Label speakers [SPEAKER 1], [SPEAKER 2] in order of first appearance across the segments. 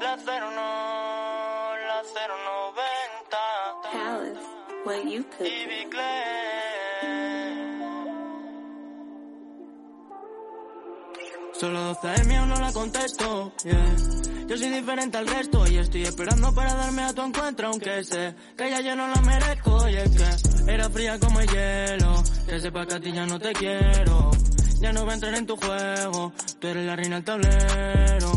[SPEAKER 1] La 01, la 090.
[SPEAKER 2] Palace, what you
[SPEAKER 1] Y
[SPEAKER 2] cook.
[SPEAKER 1] Big Glen. Solo 12 de mí aún no la contesto, yeah. Yo soy diferente al resto y estoy esperando para darme a tu encuentro, aunque sé que ya yo no la merezco. Y es que era fría como el hielo, que sepa que a ti ya no te quiero. Ya no voy a entrar en tu juego, tú eres la reina del tablero.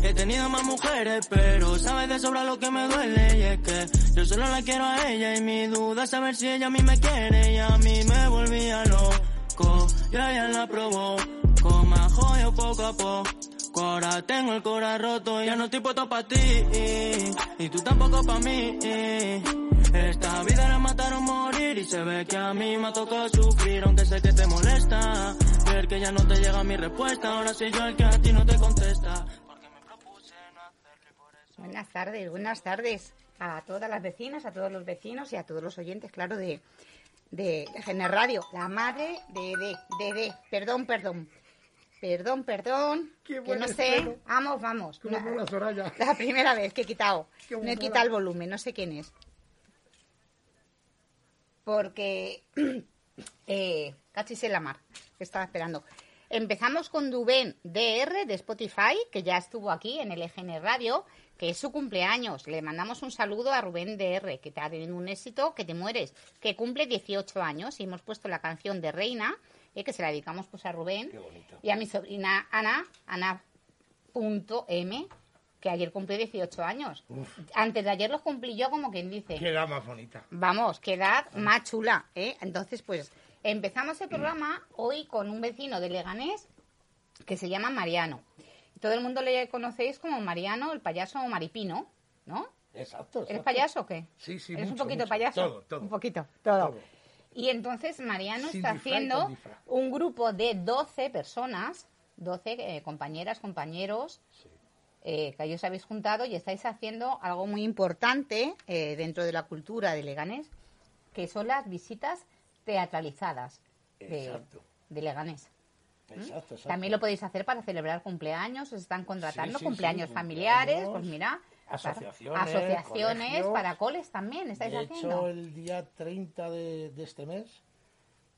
[SPEAKER 1] He tenido más mujeres, pero sabes de sobra lo que me duele. Y es que yo solo la quiero a ella y mi duda es saber si ella a mí me quiere. Y a mí me volvía loco, yo a ella la probó. Con más joyo poco a poco. Ahora tengo el corazón roto, ya no estoy puesto para ti. Y tú tampoco para mí. Esta vida era matar o morir. Y se ve que a mí me ha tocado sufrir, aunque sé que te molesta. Ver que ya no te llega mi respuesta. Ahora soy yo el que a ti no te contesta. Porque me propuse no hacerlo y por eso.
[SPEAKER 3] Buenas tardes, buenas tardes a todas las vecinas, a todos los vecinos y a todos los oyentes, claro, de, de, de Gener Radio. La madre de de, de, de, perdón, perdón. Perdón, perdón.
[SPEAKER 4] Qué
[SPEAKER 3] que
[SPEAKER 4] buen
[SPEAKER 3] no
[SPEAKER 4] estreno.
[SPEAKER 3] sé. Vamos, vamos.
[SPEAKER 4] Qué bueno,
[SPEAKER 3] No,
[SPEAKER 4] la Soraya.
[SPEAKER 3] la primera vez que he quitado.
[SPEAKER 4] Qué
[SPEAKER 3] No he
[SPEAKER 4] bueno,
[SPEAKER 3] quitado
[SPEAKER 4] la-
[SPEAKER 3] el volumen, no sé quién es. Porque eh, cachis en la mar, que estaba esperando. Empezamos con Dubén DR de Spotify, que ya estuvo aquí en el EGN Radio, que es su cumpleaños. Le mandamos un saludo a Rubén DR, que te ha tenido un éxito, que te mueres, que cumple 18 años y hemos puesto la canción de Reina, eh, que se la dedicamos pues a Rubén y a mi sobrina Ana, Ana punto M, que ayer cumplí 18 años. Antes de ayer los cumplí yo, como quien dice.
[SPEAKER 4] Qué edad más bonita.
[SPEAKER 3] Vamos, qué edad más chula, ¿eh? Entonces, pues, empezamos el programa hoy con un vecino de Leganés que se llama Mariano. Todo el mundo le conocéis como Mariano, el payaso Maripino, ¿no?
[SPEAKER 4] Exacto.
[SPEAKER 3] ¿Eres payaso o qué?
[SPEAKER 4] Sí, sí,
[SPEAKER 3] ¿Eres
[SPEAKER 4] mucho,
[SPEAKER 3] un poquito
[SPEAKER 4] mucho.
[SPEAKER 3] payaso?
[SPEAKER 4] Todo, todo.
[SPEAKER 3] Un poquito, todo.
[SPEAKER 4] Todo.
[SPEAKER 3] Y entonces Mariano
[SPEAKER 4] Sin
[SPEAKER 3] está
[SPEAKER 4] disfraz y con
[SPEAKER 3] haciendo
[SPEAKER 4] disfraz.
[SPEAKER 3] un grupo de 12 personas, 12 eh, compañeras, compañeros, eh, que ahí os habéis juntado y estáis haciendo algo muy importante eh, dentro de la cultura de Leganés, que son las visitas teatralizadas de,
[SPEAKER 5] Exacto.
[SPEAKER 3] de Leganés.
[SPEAKER 5] Exacto, exacto.
[SPEAKER 3] También lo podéis hacer para celebrar cumpleaños, os están contratando
[SPEAKER 5] Sí, sí,
[SPEAKER 3] cumpleaños
[SPEAKER 5] sí,
[SPEAKER 3] familiares,
[SPEAKER 5] cumpleaños,
[SPEAKER 3] pues mira.
[SPEAKER 5] asociaciones,
[SPEAKER 3] asociaciones
[SPEAKER 5] colegios.
[SPEAKER 3] para coles también, estáis
[SPEAKER 5] De
[SPEAKER 3] haciendo.
[SPEAKER 5] hecho, el día 30 de, de este mes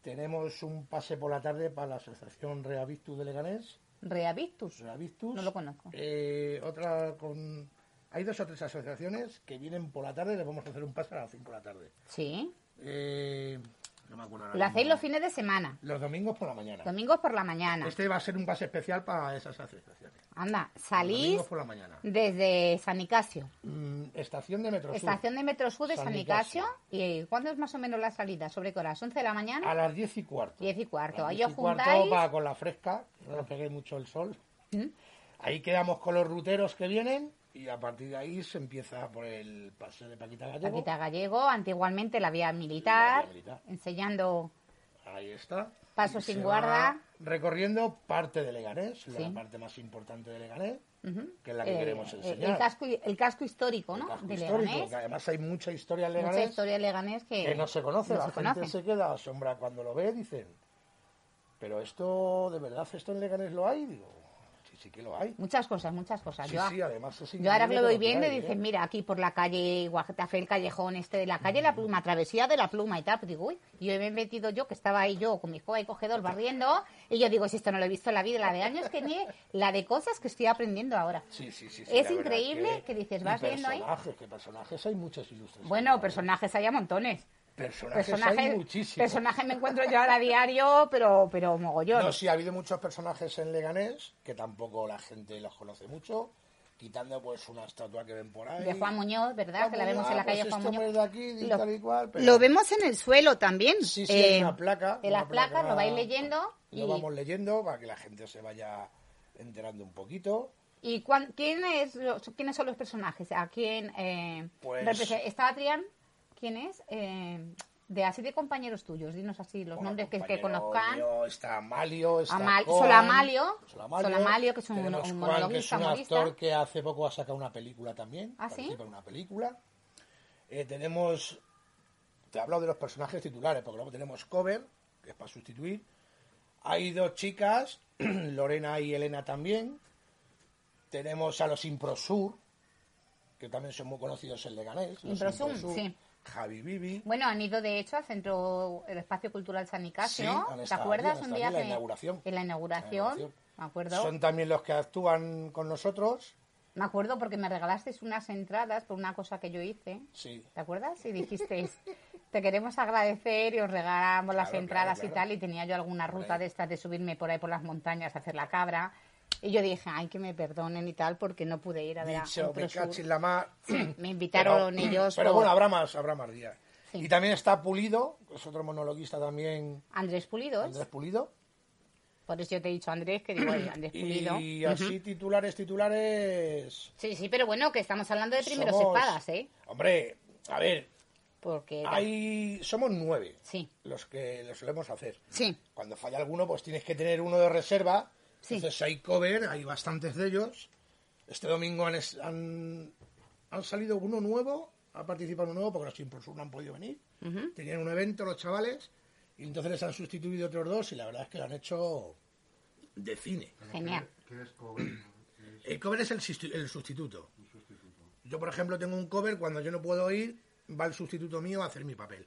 [SPEAKER 5] tenemos un pase por la tarde para la Asociación Reavictus de Leganés.
[SPEAKER 3] Reavictus.
[SPEAKER 5] Reavictus.
[SPEAKER 3] No lo conozco.
[SPEAKER 5] Eh, otra con... Hay dos o tres asociaciones que vienen por la tarde, les vamos a hacer un pase a las 5 de la tarde.
[SPEAKER 3] Sí.
[SPEAKER 5] Eh, no me acuerdo ahora
[SPEAKER 3] Lo hacéis
[SPEAKER 5] mismo.
[SPEAKER 3] los fines de semana,
[SPEAKER 5] Los domingos por la mañana.
[SPEAKER 3] domingos por la mañana.
[SPEAKER 5] Este va a ser un pase especial para esas asociaciones.
[SPEAKER 3] Anda,
[SPEAKER 5] Los
[SPEAKER 3] salís Mm.
[SPEAKER 5] domingos por la mañana.
[SPEAKER 3] desde San Nicasio,
[SPEAKER 5] Mm, estación de Metro Sur.
[SPEAKER 3] estación de Metro Sur de
[SPEAKER 5] San
[SPEAKER 3] San Nicasio.
[SPEAKER 5] Nicasio.
[SPEAKER 3] ¿Y cuándo es más o menos la salida? ¿Sobre qué horas? ¿11 de la
[SPEAKER 5] A
[SPEAKER 3] mañana?
[SPEAKER 5] las 10 y cuarto.
[SPEAKER 3] 10 y cuarto.
[SPEAKER 5] A las
[SPEAKER 3] Ahí
[SPEAKER 5] 10
[SPEAKER 3] os
[SPEAKER 5] y cuarto
[SPEAKER 3] juntáis. ¿Mm?
[SPEAKER 5] va con la fresca, no nos peguéis mucho el sol. Ahí quedamos con los ruteros que vienen y a partir de ahí se empieza por el paseo de Paquita Gallego.
[SPEAKER 3] Paquita Gallego, antiguamente la vía militar,
[SPEAKER 5] La vía militar.
[SPEAKER 3] enseñando
[SPEAKER 5] Ahí está.
[SPEAKER 3] Paso
[SPEAKER 5] Y
[SPEAKER 3] sin
[SPEAKER 5] se
[SPEAKER 3] guarda.
[SPEAKER 5] va Recorriendo parte de Leganés, la
[SPEAKER 3] Sí.
[SPEAKER 5] parte más importante de Leganés, que es la que
[SPEAKER 3] eh,
[SPEAKER 5] queremos
[SPEAKER 3] eh,
[SPEAKER 5] enseñar.
[SPEAKER 3] el, casco, el casco histórico,
[SPEAKER 5] El
[SPEAKER 3] ¿no?
[SPEAKER 5] casco
[SPEAKER 3] de
[SPEAKER 5] histórico,
[SPEAKER 3] Leganés.
[SPEAKER 5] que además hay mucha historia en
[SPEAKER 3] Mucha
[SPEAKER 5] Leganés
[SPEAKER 3] historia de Leganés que,
[SPEAKER 5] que no se conoce.
[SPEAKER 3] no
[SPEAKER 5] la
[SPEAKER 3] se
[SPEAKER 5] gente
[SPEAKER 3] conoce.
[SPEAKER 5] se queda asombrada cuando lo ve, dicen, pero esto, ¿de verdad esto en Leganés lo hay? Digo, sí, sí que lo hay.
[SPEAKER 3] Muchas cosas, muchas cosas.
[SPEAKER 5] Sí,
[SPEAKER 3] Ah, yo,
[SPEAKER 5] sí, además es
[SPEAKER 3] yo ahora que lo voy
[SPEAKER 5] increíble
[SPEAKER 3] viendo y
[SPEAKER 5] hay,
[SPEAKER 3] dices,
[SPEAKER 5] ¿eh?
[SPEAKER 3] mira, aquí por la calle Guajetafe, el callejón este de la calle La Pluma, travesía de La Pluma y tal. Pues digo, uy, yo me he metido yo, que estaba ahí yo con mi escoba y cogedor barriendo, y yo digo, si esto no lo he visto en la vida, la de años que ni, la de cosas que estoy aprendiendo ahora.
[SPEAKER 5] Sí, sí, sí,
[SPEAKER 3] es
[SPEAKER 5] sí, la verdad
[SPEAKER 3] increíble que dices,
[SPEAKER 5] y
[SPEAKER 3] vas viendo ahí.
[SPEAKER 5] Personajes, que personajes hay muchos ilustres. ¿eh?
[SPEAKER 3] Bueno, personajes hay a montones.
[SPEAKER 5] personajes, hay
[SPEAKER 3] Personajes,
[SPEAKER 5] muchísimos.
[SPEAKER 3] personajes me encuentro yo ahora a diario, pero, pero mogollón.
[SPEAKER 5] No, sí, ha habido muchos personajes en Leganés que tampoco la gente los conoce mucho, quitando pues una estatua que ven por ahí.
[SPEAKER 3] de Juan Muñoz, ¿verdad?
[SPEAKER 5] Juan
[SPEAKER 3] que la vemos
[SPEAKER 5] Muñoz,
[SPEAKER 3] en la
[SPEAKER 5] ah,
[SPEAKER 3] calle
[SPEAKER 5] pues
[SPEAKER 3] Juan
[SPEAKER 5] este
[SPEAKER 3] Muñoz.
[SPEAKER 5] hombre de aquí,
[SPEAKER 3] Lo-
[SPEAKER 5] tal y cual, pero-
[SPEAKER 3] Lo vemos en el suelo también.
[SPEAKER 5] Sí, sí, hay
[SPEAKER 3] Eh,
[SPEAKER 5] una placa.
[SPEAKER 3] En
[SPEAKER 5] una
[SPEAKER 3] las placas
[SPEAKER 5] placa-
[SPEAKER 3] lo vais leyendo.
[SPEAKER 5] Lo
[SPEAKER 3] y-
[SPEAKER 5] vamos leyendo para que la gente se vaya enterando un poquito.
[SPEAKER 3] ¿Y cuán- quién es, los- quiénes son los personajes? ¿A quién eh,
[SPEAKER 5] Pues-
[SPEAKER 3] representa- ¿Está Adrián? ¿Quién es? Eh, de así de compañeros tuyos, dinos así los
[SPEAKER 5] Bueno,
[SPEAKER 3] nombres que, que
[SPEAKER 5] compañero
[SPEAKER 3] conozcan.
[SPEAKER 5] mío está Amalio, está
[SPEAKER 3] Amal-
[SPEAKER 5] Coan,
[SPEAKER 3] Solamalio,
[SPEAKER 5] Solamalio,
[SPEAKER 3] Solamalio, que es un-
[SPEAKER 5] tenemos
[SPEAKER 3] un
[SPEAKER 5] Coan, que es
[SPEAKER 3] monologuista,
[SPEAKER 5] un
[SPEAKER 3] humorista.
[SPEAKER 5] actor que hace poco ha sacado una película también.
[SPEAKER 3] ¿Ah, sí?
[SPEAKER 5] participa en una película. Eh, tenemos, te he hablado de los personajes titulares, porque luego tenemos Cover, que es para sustituir. Hay dos chicas, Lorena y Elena también. Tenemos a los Improsur, que también son muy conocidos en Leganés. los
[SPEAKER 3] Improsur, sí.
[SPEAKER 5] Javi Bibi.
[SPEAKER 3] Bueno, han ido de hecho al centro, el espacio cultural San Nicasio.
[SPEAKER 5] han
[SPEAKER 3] ¿Te
[SPEAKER 5] estado
[SPEAKER 3] acuerdas
[SPEAKER 5] allí, han
[SPEAKER 3] un
[SPEAKER 5] estado
[SPEAKER 3] día
[SPEAKER 5] allí en la
[SPEAKER 3] que-
[SPEAKER 5] inauguración.
[SPEAKER 3] En la inauguración,
[SPEAKER 5] inauguración.
[SPEAKER 3] me acuerdo.
[SPEAKER 5] Son también los que actúan con nosotros.
[SPEAKER 3] Me acuerdo porque me regalasteis unas entradas por una cosa que yo hice.
[SPEAKER 5] Sí.
[SPEAKER 3] ¿Te acuerdas? Y dijisteis, te queremos agradecer y os regalamos las
[SPEAKER 5] Claro,
[SPEAKER 3] entradas
[SPEAKER 5] claro,
[SPEAKER 3] y
[SPEAKER 5] claro.
[SPEAKER 3] tal. Y tenía yo alguna
[SPEAKER 5] Hombre.
[SPEAKER 3] ruta de estas de subirme por ahí por las montañas a hacer la cabra. Y yo dije, ay, que me perdonen y tal, porque no pude ir a ver a
[SPEAKER 5] Dicho, me
[SPEAKER 3] Improsur.
[SPEAKER 5] cachis la mar.
[SPEAKER 3] Me invitaron
[SPEAKER 5] Pero- mm,
[SPEAKER 3] ellos
[SPEAKER 5] Pero
[SPEAKER 3] por-
[SPEAKER 5] bueno, habrá más, habrá más días.
[SPEAKER 3] Sí.
[SPEAKER 5] Y también está Pulido, que es otro monologuista también,
[SPEAKER 3] Andrés Pulidos.
[SPEAKER 5] Andrés Pulido.
[SPEAKER 3] Por eso yo te he dicho Andrés, que digo "Ay, Andrés Pulido.
[SPEAKER 5] Y así titulares, titulares...
[SPEAKER 3] Sí, sí, pero bueno, que estamos hablando de primeros
[SPEAKER 5] somos-
[SPEAKER 3] espadas, ¿eh?
[SPEAKER 5] Hombre, a ver,
[SPEAKER 3] Porque...
[SPEAKER 5] hay... somos nueve
[SPEAKER 3] Sí,
[SPEAKER 5] los que lo solemos hacer.
[SPEAKER 3] sí.
[SPEAKER 5] Cuando falla alguno, pues tienes que tener uno de reserva.
[SPEAKER 3] Sí.
[SPEAKER 5] Entonces hay cover, hay bastantes de ellos. Este domingo han, es- han, han salido uno nuevo, ha participado uno nuevo porque los Impulsur no han podido venir. Tenían un evento los chavales y entonces les han sustituido otros dos y la verdad es que lo han hecho de cine.
[SPEAKER 3] Genial.
[SPEAKER 2] ¿Qué es cover?
[SPEAKER 5] El cover es el, susti- el sustituto. Yo, por ejemplo, tengo un cover, cuando yo no puedo ir, va el sustituto mío a hacer mi papel.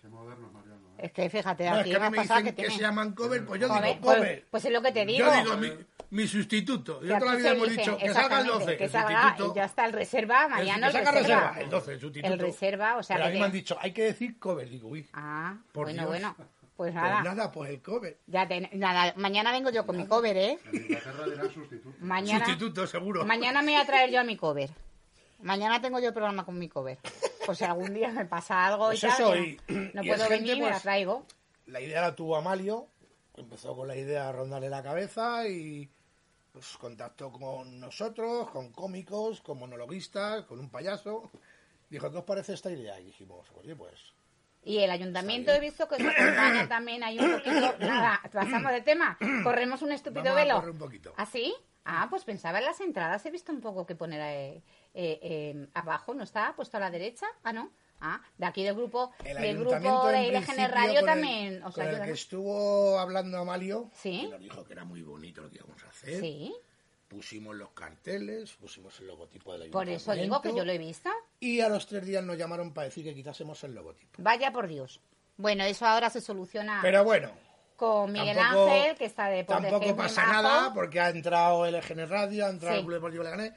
[SPEAKER 2] Qué moderno, Mariano. ¿eh?
[SPEAKER 3] Es que fíjate,
[SPEAKER 5] No, es
[SPEAKER 3] aquí
[SPEAKER 5] que a mí
[SPEAKER 3] hemos
[SPEAKER 5] me
[SPEAKER 3] pasado que
[SPEAKER 5] dicen que,
[SPEAKER 3] tiene...
[SPEAKER 5] se llaman cover, pues yo
[SPEAKER 3] Joder,
[SPEAKER 5] digo
[SPEAKER 3] pues-
[SPEAKER 5] cover.
[SPEAKER 3] pues es lo que te digo.
[SPEAKER 5] Yo digo mi, mi sustituto. Yo
[SPEAKER 3] Que
[SPEAKER 5] toda la
[SPEAKER 3] aquí
[SPEAKER 5] vida
[SPEAKER 3] se
[SPEAKER 5] hemos
[SPEAKER 3] dicen,
[SPEAKER 5] dicho que salga el
[SPEAKER 3] exactamente,
[SPEAKER 5] 12.
[SPEAKER 3] Que
[SPEAKER 5] el
[SPEAKER 3] salga
[SPEAKER 5] sustituto,
[SPEAKER 3] y ya está el reserva,
[SPEAKER 5] el-
[SPEAKER 3] Mariano el,
[SPEAKER 5] que salga
[SPEAKER 3] reserva.
[SPEAKER 5] reserva. El 12, el sustituto.
[SPEAKER 3] El reserva, o sea
[SPEAKER 5] Pero
[SPEAKER 3] que
[SPEAKER 5] a mí
[SPEAKER 3] te-
[SPEAKER 5] me han dicho, hay que decir cover. Digo, uy,
[SPEAKER 3] Ah,
[SPEAKER 5] Por
[SPEAKER 3] bueno,
[SPEAKER 5] Dios.
[SPEAKER 3] bueno. Pues
[SPEAKER 5] pues
[SPEAKER 3] nada.
[SPEAKER 5] nada, pues el cover.
[SPEAKER 3] Ya te- nada, mañana vengo yo con mi cover, ¿eh?
[SPEAKER 2] En Inglaterra dirán sustituto.
[SPEAKER 3] Mañana,
[SPEAKER 5] Sustituto, seguro.
[SPEAKER 3] mañana me voy a traer yo a mi cover. Mañana tengo yo programa con mi cover. Por si algún día me pasa algo
[SPEAKER 5] Pues
[SPEAKER 3] y tal,
[SPEAKER 5] eso,
[SPEAKER 3] que
[SPEAKER 5] y-
[SPEAKER 3] no
[SPEAKER 5] y
[SPEAKER 3] puedo
[SPEAKER 5] es gente,
[SPEAKER 3] venir, me la
[SPEAKER 5] pues,
[SPEAKER 3] traigo.
[SPEAKER 5] La idea la tuvo Amalio. que Empezó con la idea a rondarle la cabeza y pues contactó con nosotros, con cómicos, con monologuistas, con un payaso. Dijo, ¿qué os parece esta idea? Y dijimos, oye, pues
[SPEAKER 3] Y el ayuntamiento he visto que se acompaña también hay un poquito. Nada, pasamos de tema. Corremos un estúpido
[SPEAKER 5] Vamos a
[SPEAKER 3] velo.
[SPEAKER 5] correr un poquito.
[SPEAKER 3] ¿Ah, sí? Ah, pues pensaba en las entradas. He visto un poco que poner eh, eh, eh, abajo, ¿no está? Puesto a la derecha. Ah, no. Ah, de aquí del grupo,
[SPEAKER 5] El
[SPEAKER 3] del
[SPEAKER 5] ayuntamiento,
[SPEAKER 3] grupo de
[SPEAKER 5] en
[SPEAKER 3] LGN
[SPEAKER 5] principio,
[SPEAKER 3] Radio
[SPEAKER 5] con el-
[SPEAKER 3] también os
[SPEAKER 5] con el
[SPEAKER 3] ayuda.
[SPEAKER 5] que
[SPEAKER 3] ¿no?
[SPEAKER 5] estuvo hablando Amalio,
[SPEAKER 3] Sí.
[SPEAKER 5] que nos dijo que era muy bonito lo que íbamos a hacer.
[SPEAKER 3] Sí,
[SPEAKER 5] Pusimos los carteles, pusimos el logotipo del
[SPEAKER 3] por
[SPEAKER 5] ayuntamiento.
[SPEAKER 3] eso digo que yo lo he visto.
[SPEAKER 5] Y a los tres días nos llamaron para decir que quitásemos el logotipo.
[SPEAKER 3] Vaya por Dios. Bueno, eso ahora se soluciona
[SPEAKER 5] Pero bueno,
[SPEAKER 3] con Ah. Miguel
[SPEAKER 5] tampoco,
[SPEAKER 3] Ángel, que está de por
[SPEAKER 5] tampoco
[SPEAKER 3] decir, muy
[SPEAKER 5] pasa
[SPEAKER 3] majo.
[SPEAKER 5] nada porque ha entrado el EGN Radio, ha entrado
[SPEAKER 3] Sí.
[SPEAKER 5] el Club Deportivo Leganés,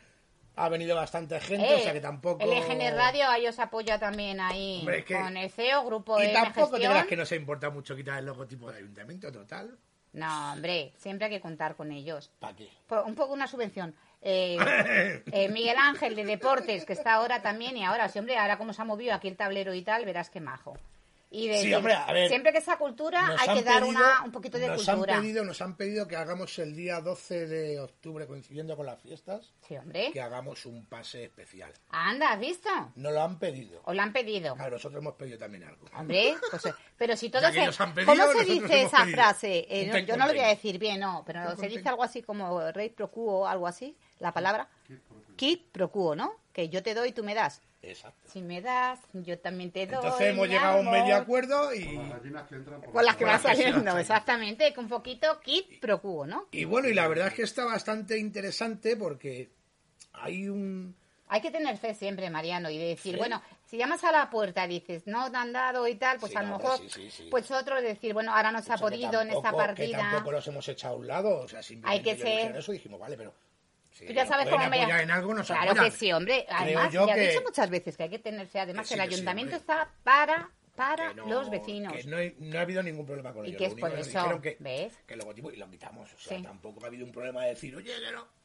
[SPEAKER 5] ha venido bastante gente,
[SPEAKER 3] Eh,
[SPEAKER 5] o sea que tampoco...
[SPEAKER 3] El EGN Radio ahí os apoya también ahí
[SPEAKER 5] Hombre, es que-
[SPEAKER 3] con el CEO, grupo de
[SPEAKER 5] Y tampoco te
[SPEAKER 3] gestión.
[SPEAKER 5] creas que nos ha importado mucho quitar el logotipo del ayuntamiento, total.
[SPEAKER 3] No, hombre, siempre hay que contar con ellos.
[SPEAKER 5] ¿Para qué?
[SPEAKER 3] Por- un poco una subvención. Eh, eh, Miguel Ángel de Deportes, que está ahora también, y ahora, sí, hombre, ahora como se ha movido aquí el tablero y tal, verás qué majo. Y de-
[SPEAKER 5] Sí, hombre, a ver.
[SPEAKER 3] siempre que esa cultura
[SPEAKER 5] Nos
[SPEAKER 3] hay que
[SPEAKER 5] han
[SPEAKER 3] dar
[SPEAKER 5] pedido-
[SPEAKER 3] una, un poquito de
[SPEAKER 5] nos
[SPEAKER 3] cultura.
[SPEAKER 5] Han pedido, nos han pedido que hagamos el día 12 de octubre, coincidiendo con las fiestas,
[SPEAKER 3] Sí, hombre.
[SPEAKER 5] que hagamos un pase especial.
[SPEAKER 3] Anda, ¿has visto?
[SPEAKER 5] Nos lo han pedido.
[SPEAKER 3] ¿Os lo han pedido?
[SPEAKER 5] A nosotros hemos pedido también algo.
[SPEAKER 3] Hombre, pues, eh, pero si todo
[SPEAKER 5] Ya que
[SPEAKER 3] se...
[SPEAKER 5] nos han pedido,
[SPEAKER 3] ¿Cómo se
[SPEAKER 5] nosotros
[SPEAKER 3] dice
[SPEAKER 5] hemos
[SPEAKER 3] esa
[SPEAKER 5] pedido.
[SPEAKER 3] frase? Eh,
[SPEAKER 5] Un
[SPEAKER 3] no,
[SPEAKER 5] ten
[SPEAKER 3] yo no lo voy a
[SPEAKER 5] conten.
[SPEAKER 3] decir bien, no, pero se dice
[SPEAKER 5] conten.
[SPEAKER 3] algo así como eh, rey pro quo, algo así, la palabra. Kit pro quo, ¿no? Que yo te doy, tú me das.
[SPEAKER 5] Exacto.
[SPEAKER 3] Si me das, yo también te doy.
[SPEAKER 5] Entonces hemos
[SPEAKER 3] mi
[SPEAKER 5] llegado a un
[SPEAKER 3] amor.
[SPEAKER 5] medio acuerdo pues, y,
[SPEAKER 2] Las gallinas que entran por
[SPEAKER 3] Con las que va
[SPEAKER 5] Con las que
[SPEAKER 3] saliendo,
[SPEAKER 5] salen.
[SPEAKER 3] exactamente, con poquito kit pro quo, ¿no?
[SPEAKER 5] y bueno, y la verdad es que está bastante interesante porque hay un...
[SPEAKER 3] Hay que tener fe siempre, Mariano, y decir, bueno, si llamas a la puerta y dices, no te han dado y tal, pues
[SPEAKER 5] Sí,
[SPEAKER 3] a lo
[SPEAKER 5] no, hombre,
[SPEAKER 3] mejor,
[SPEAKER 5] sí, sí, sí.
[SPEAKER 3] pues otro decir, bueno, ahora no se ha
[SPEAKER 5] o sea, que
[SPEAKER 3] podido en
[SPEAKER 5] tampoco-
[SPEAKER 3] esta partida.
[SPEAKER 5] Que tampoco los hemos echado a un lado. O sea, simplemente
[SPEAKER 3] Hay que
[SPEAKER 5] yo dije
[SPEAKER 3] ser-
[SPEAKER 5] Eso y dijimos, vale, pero... si
[SPEAKER 3] Tú ya
[SPEAKER 5] nos
[SPEAKER 3] sabes
[SPEAKER 5] pueden
[SPEAKER 3] cómo me
[SPEAKER 5] apoyar en algo, nos
[SPEAKER 3] Claro
[SPEAKER 5] apoyan.
[SPEAKER 3] que sí, hombre.
[SPEAKER 5] Creo
[SPEAKER 3] Además,
[SPEAKER 5] yo
[SPEAKER 3] ya he
[SPEAKER 5] que-
[SPEAKER 3] dicho muchas veces que hay que tener fe. Además,
[SPEAKER 5] Que sí,
[SPEAKER 3] el
[SPEAKER 5] que sí,
[SPEAKER 3] ayuntamiento
[SPEAKER 5] hombre.
[SPEAKER 3] está para para
[SPEAKER 5] que no-
[SPEAKER 3] los vecinos.
[SPEAKER 5] Que no, he- no ha habido ningún problema con
[SPEAKER 3] Y
[SPEAKER 5] ellos.
[SPEAKER 3] que
[SPEAKER 5] Lo
[SPEAKER 3] es
[SPEAKER 5] único
[SPEAKER 3] por
[SPEAKER 5] nos
[SPEAKER 3] eso,
[SPEAKER 5] dijeron que,
[SPEAKER 3] ¿ves?
[SPEAKER 5] Que el logotipo y lo quitamos. O sea,
[SPEAKER 3] Sí.
[SPEAKER 5] tampoco ha habido un problema de decir, oye, que no.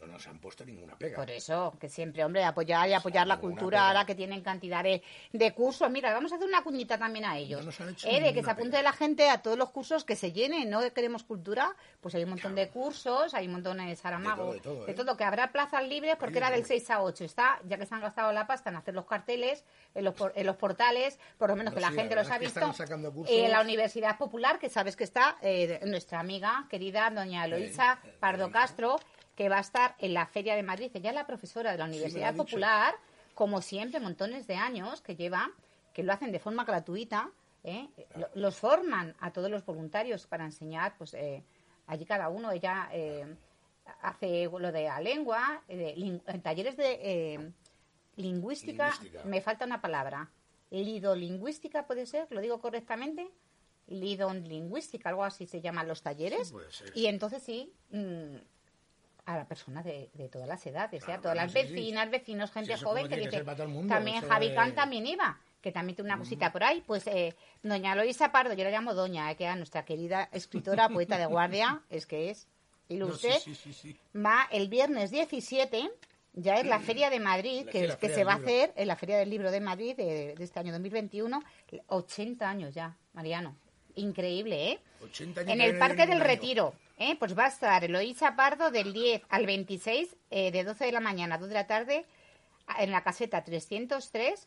[SPEAKER 5] No nos han puesto ninguna pega.
[SPEAKER 3] Por eso, que siempre, hombre, apoyar y apoyar la
[SPEAKER 5] ninguna
[SPEAKER 3] cultura
[SPEAKER 5] pega.
[SPEAKER 3] ahora que tienen cantidades de cursos. Mira, vamos a hacer una cuñita también a ellos.
[SPEAKER 5] No nos han hecho
[SPEAKER 3] ¿eh? De que
[SPEAKER 5] ninguna
[SPEAKER 3] se apunte
[SPEAKER 5] pega.
[SPEAKER 3] la gente a todos los cursos que se llenen. No queremos cultura, pues hay un montón de cursos, hay un montón de Saramago,
[SPEAKER 5] De todo, de todo, ¿eh?
[SPEAKER 3] que habrá plazas libres porque era del 6 a 8. Está, ya que se han gastado la pasta en hacer los carteles, en los, por- en los portales, por lo menos
[SPEAKER 5] No,
[SPEAKER 3] que la
[SPEAKER 5] sí, la
[SPEAKER 3] gente
[SPEAKER 5] verdad
[SPEAKER 3] los ha
[SPEAKER 5] es que
[SPEAKER 3] visto.
[SPEAKER 5] están sacando cursos.
[SPEAKER 3] Eh, la Universidad Popular, que sabes que está eh, de- nuestra amiga querida doña Eloisa
[SPEAKER 5] eh,
[SPEAKER 3] Pardo
[SPEAKER 5] Eloísa.
[SPEAKER 3] Castro. Castro, que va a estar en la Feria de Madrid. Ella es la profesora de la Universidad
[SPEAKER 5] dicho.
[SPEAKER 3] Popular, como siempre, montones de años que lleva, que lo hacen de forma gratuita. ¿eh?
[SPEAKER 4] Ah.
[SPEAKER 3] Lo- Los forman a todos los voluntarios para enseñar, pues eh, allí cada uno. Ella eh, hace lo de la lengua, de lin- eh, talleres de eh, lingüística,
[SPEAKER 4] Lingüística.
[SPEAKER 3] me falta una palabra. Lidolingüística puede ser, lo digo correctamente. Lidolingüística, algo así se llaman los talleres.
[SPEAKER 4] Sí, puede ser.
[SPEAKER 3] Y entonces sí, mm, a la persona de, de todas las edades,
[SPEAKER 4] Claro,
[SPEAKER 3] ¿eh? todas
[SPEAKER 5] bueno,
[SPEAKER 3] las
[SPEAKER 5] sí, sí.
[SPEAKER 3] vecinas, vecinos, gente
[SPEAKER 5] eso
[SPEAKER 3] joven
[SPEAKER 5] como
[SPEAKER 3] que
[SPEAKER 5] tiene que
[SPEAKER 3] dice,
[SPEAKER 5] ser para todo el mundo,
[SPEAKER 3] también
[SPEAKER 5] eso
[SPEAKER 3] Javi
[SPEAKER 5] de-
[SPEAKER 3] Can también iba, que también tiene una cosita por ahí, pues eh, doña Loisa Pardo, yo la llamo doña, eh, que era nuestra querida escritora, poeta de guardia, es que es ilustre,
[SPEAKER 5] No, sí, sí, sí, sí.
[SPEAKER 3] va el viernes 17, ya es la Feria de Madrid,
[SPEAKER 5] La-
[SPEAKER 3] que,
[SPEAKER 5] sí,
[SPEAKER 3] es-
[SPEAKER 5] la
[SPEAKER 3] que
[SPEAKER 5] Feria
[SPEAKER 3] se
[SPEAKER 5] del
[SPEAKER 3] va a
[SPEAKER 5] Libro.
[SPEAKER 3] hacer en la Feria del Libro de Madrid de, de este año 2021, 80 años ya, Mariano, increíble, ¿eh?
[SPEAKER 5] 80 años
[SPEAKER 3] En
[SPEAKER 5] que
[SPEAKER 3] el
[SPEAKER 5] viene
[SPEAKER 3] Parque
[SPEAKER 5] viviendo
[SPEAKER 3] del
[SPEAKER 5] un año.
[SPEAKER 3] Retiro, ¿eh? pues va a estar Eloísa Pardo del 10 al 26, eh, de 12 de la mañana a 2 de la tarde, a- en la caseta 303,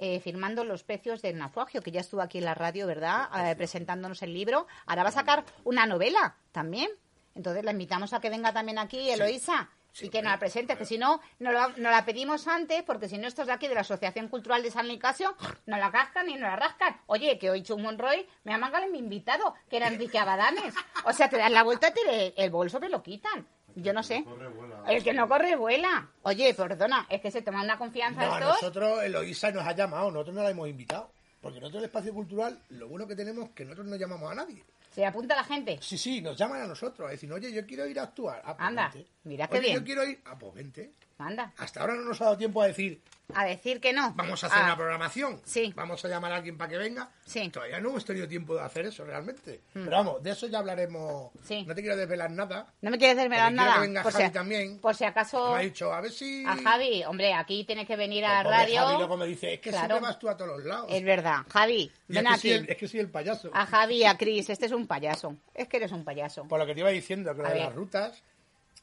[SPEAKER 3] eh, firmando los precios del naufragio, que ya estuvo aquí en la radio, ¿verdad? Eh, presentándonos el libro. Ahora va a sacar una novela también. Entonces la invitamos a que venga también aquí, Eloísa. y que nos la presente, que si no, nos la, nos la pedimos antes, porque si no, estos de aquí de la Asociación Cultural de San Nicasio nos la cascan y nos la rascan. Oye, que hoy Chum Monroy me ha mangado mi invitado, que era Enrique Abadanes. O sea, te das la vuelta, te le- el bolso te lo quitan. Yo no sé. Eh,
[SPEAKER 2] El que no corre, vuela.
[SPEAKER 3] El que no corre, vuela. Oye, perdona, es que se toma una confianza
[SPEAKER 5] No, a
[SPEAKER 3] estos.
[SPEAKER 5] nosotros Eloisa nos ha llamado, nosotros no la hemos invitado. Porque nosotros el espacio cultural, lo bueno que tenemos es que nosotros no llamamos a nadie.
[SPEAKER 3] Se apunta la gente.
[SPEAKER 5] Sí, sí, nos llaman a nosotros a decir, oye, yo quiero ir a actuar. Ah, pues
[SPEAKER 3] Anda,
[SPEAKER 5] vente.
[SPEAKER 3] mira qué
[SPEAKER 5] Oye,
[SPEAKER 3] bien.
[SPEAKER 5] yo quiero ir. Ah, pues vente.
[SPEAKER 3] Anda,
[SPEAKER 5] Hasta ahora no nos ha dado tiempo a decir,
[SPEAKER 3] a decir que no.
[SPEAKER 5] vamos a hacer
[SPEAKER 3] Ah,
[SPEAKER 5] una programación.
[SPEAKER 3] Sí.
[SPEAKER 5] Vamos a llamar a alguien para que venga.
[SPEAKER 3] Sí. Mm.
[SPEAKER 5] Todavía no hemos tenido tiempo de hacer eso realmente. Pero vamos, de eso ya hablaremos.
[SPEAKER 3] Sí.
[SPEAKER 5] No te quiero desvelar nada.
[SPEAKER 3] No me quieres desvelar
[SPEAKER 5] Porque quiero
[SPEAKER 3] nada.
[SPEAKER 5] que venga
[SPEAKER 3] por,
[SPEAKER 5] Javi
[SPEAKER 3] si,
[SPEAKER 5] también.
[SPEAKER 3] por si acaso
[SPEAKER 5] Me ha dicho, a ver si...
[SPEAKER 3] Oh. a Javi, hombre, aquí tienes que venir
[SPEAKER 5] Pues
[SPEAKER 3] a
[SPEAKER 5] pobre
[SPEAKER 3] radio.
[SPEAKER 5] Javi luego me dice, es que
[SPEAKER 3] Claro.
[SPEAKER 5] siempre vas tú a todos los lados.
[SPEAKER 3] Es verdad, Javi,
[SPEAKER 5] Y es,
[SPEAKER 3] ven
[SPEAKER 5] que soy
[SPEAKER 3] aquí. Ah.
[SPEAKER 5] el, es que soy el payaso.
[SPEAKER 3] A Javi y a Cris, este es un payaso. Es que eres un payaso.
[SPEAKER 5] Por lo que te iba diciendo, que
[SPEAKER 3] A
[SPEAKER 5] lo de
[SPEAKER 3] ver.
[SPEAKER 5] las rutas,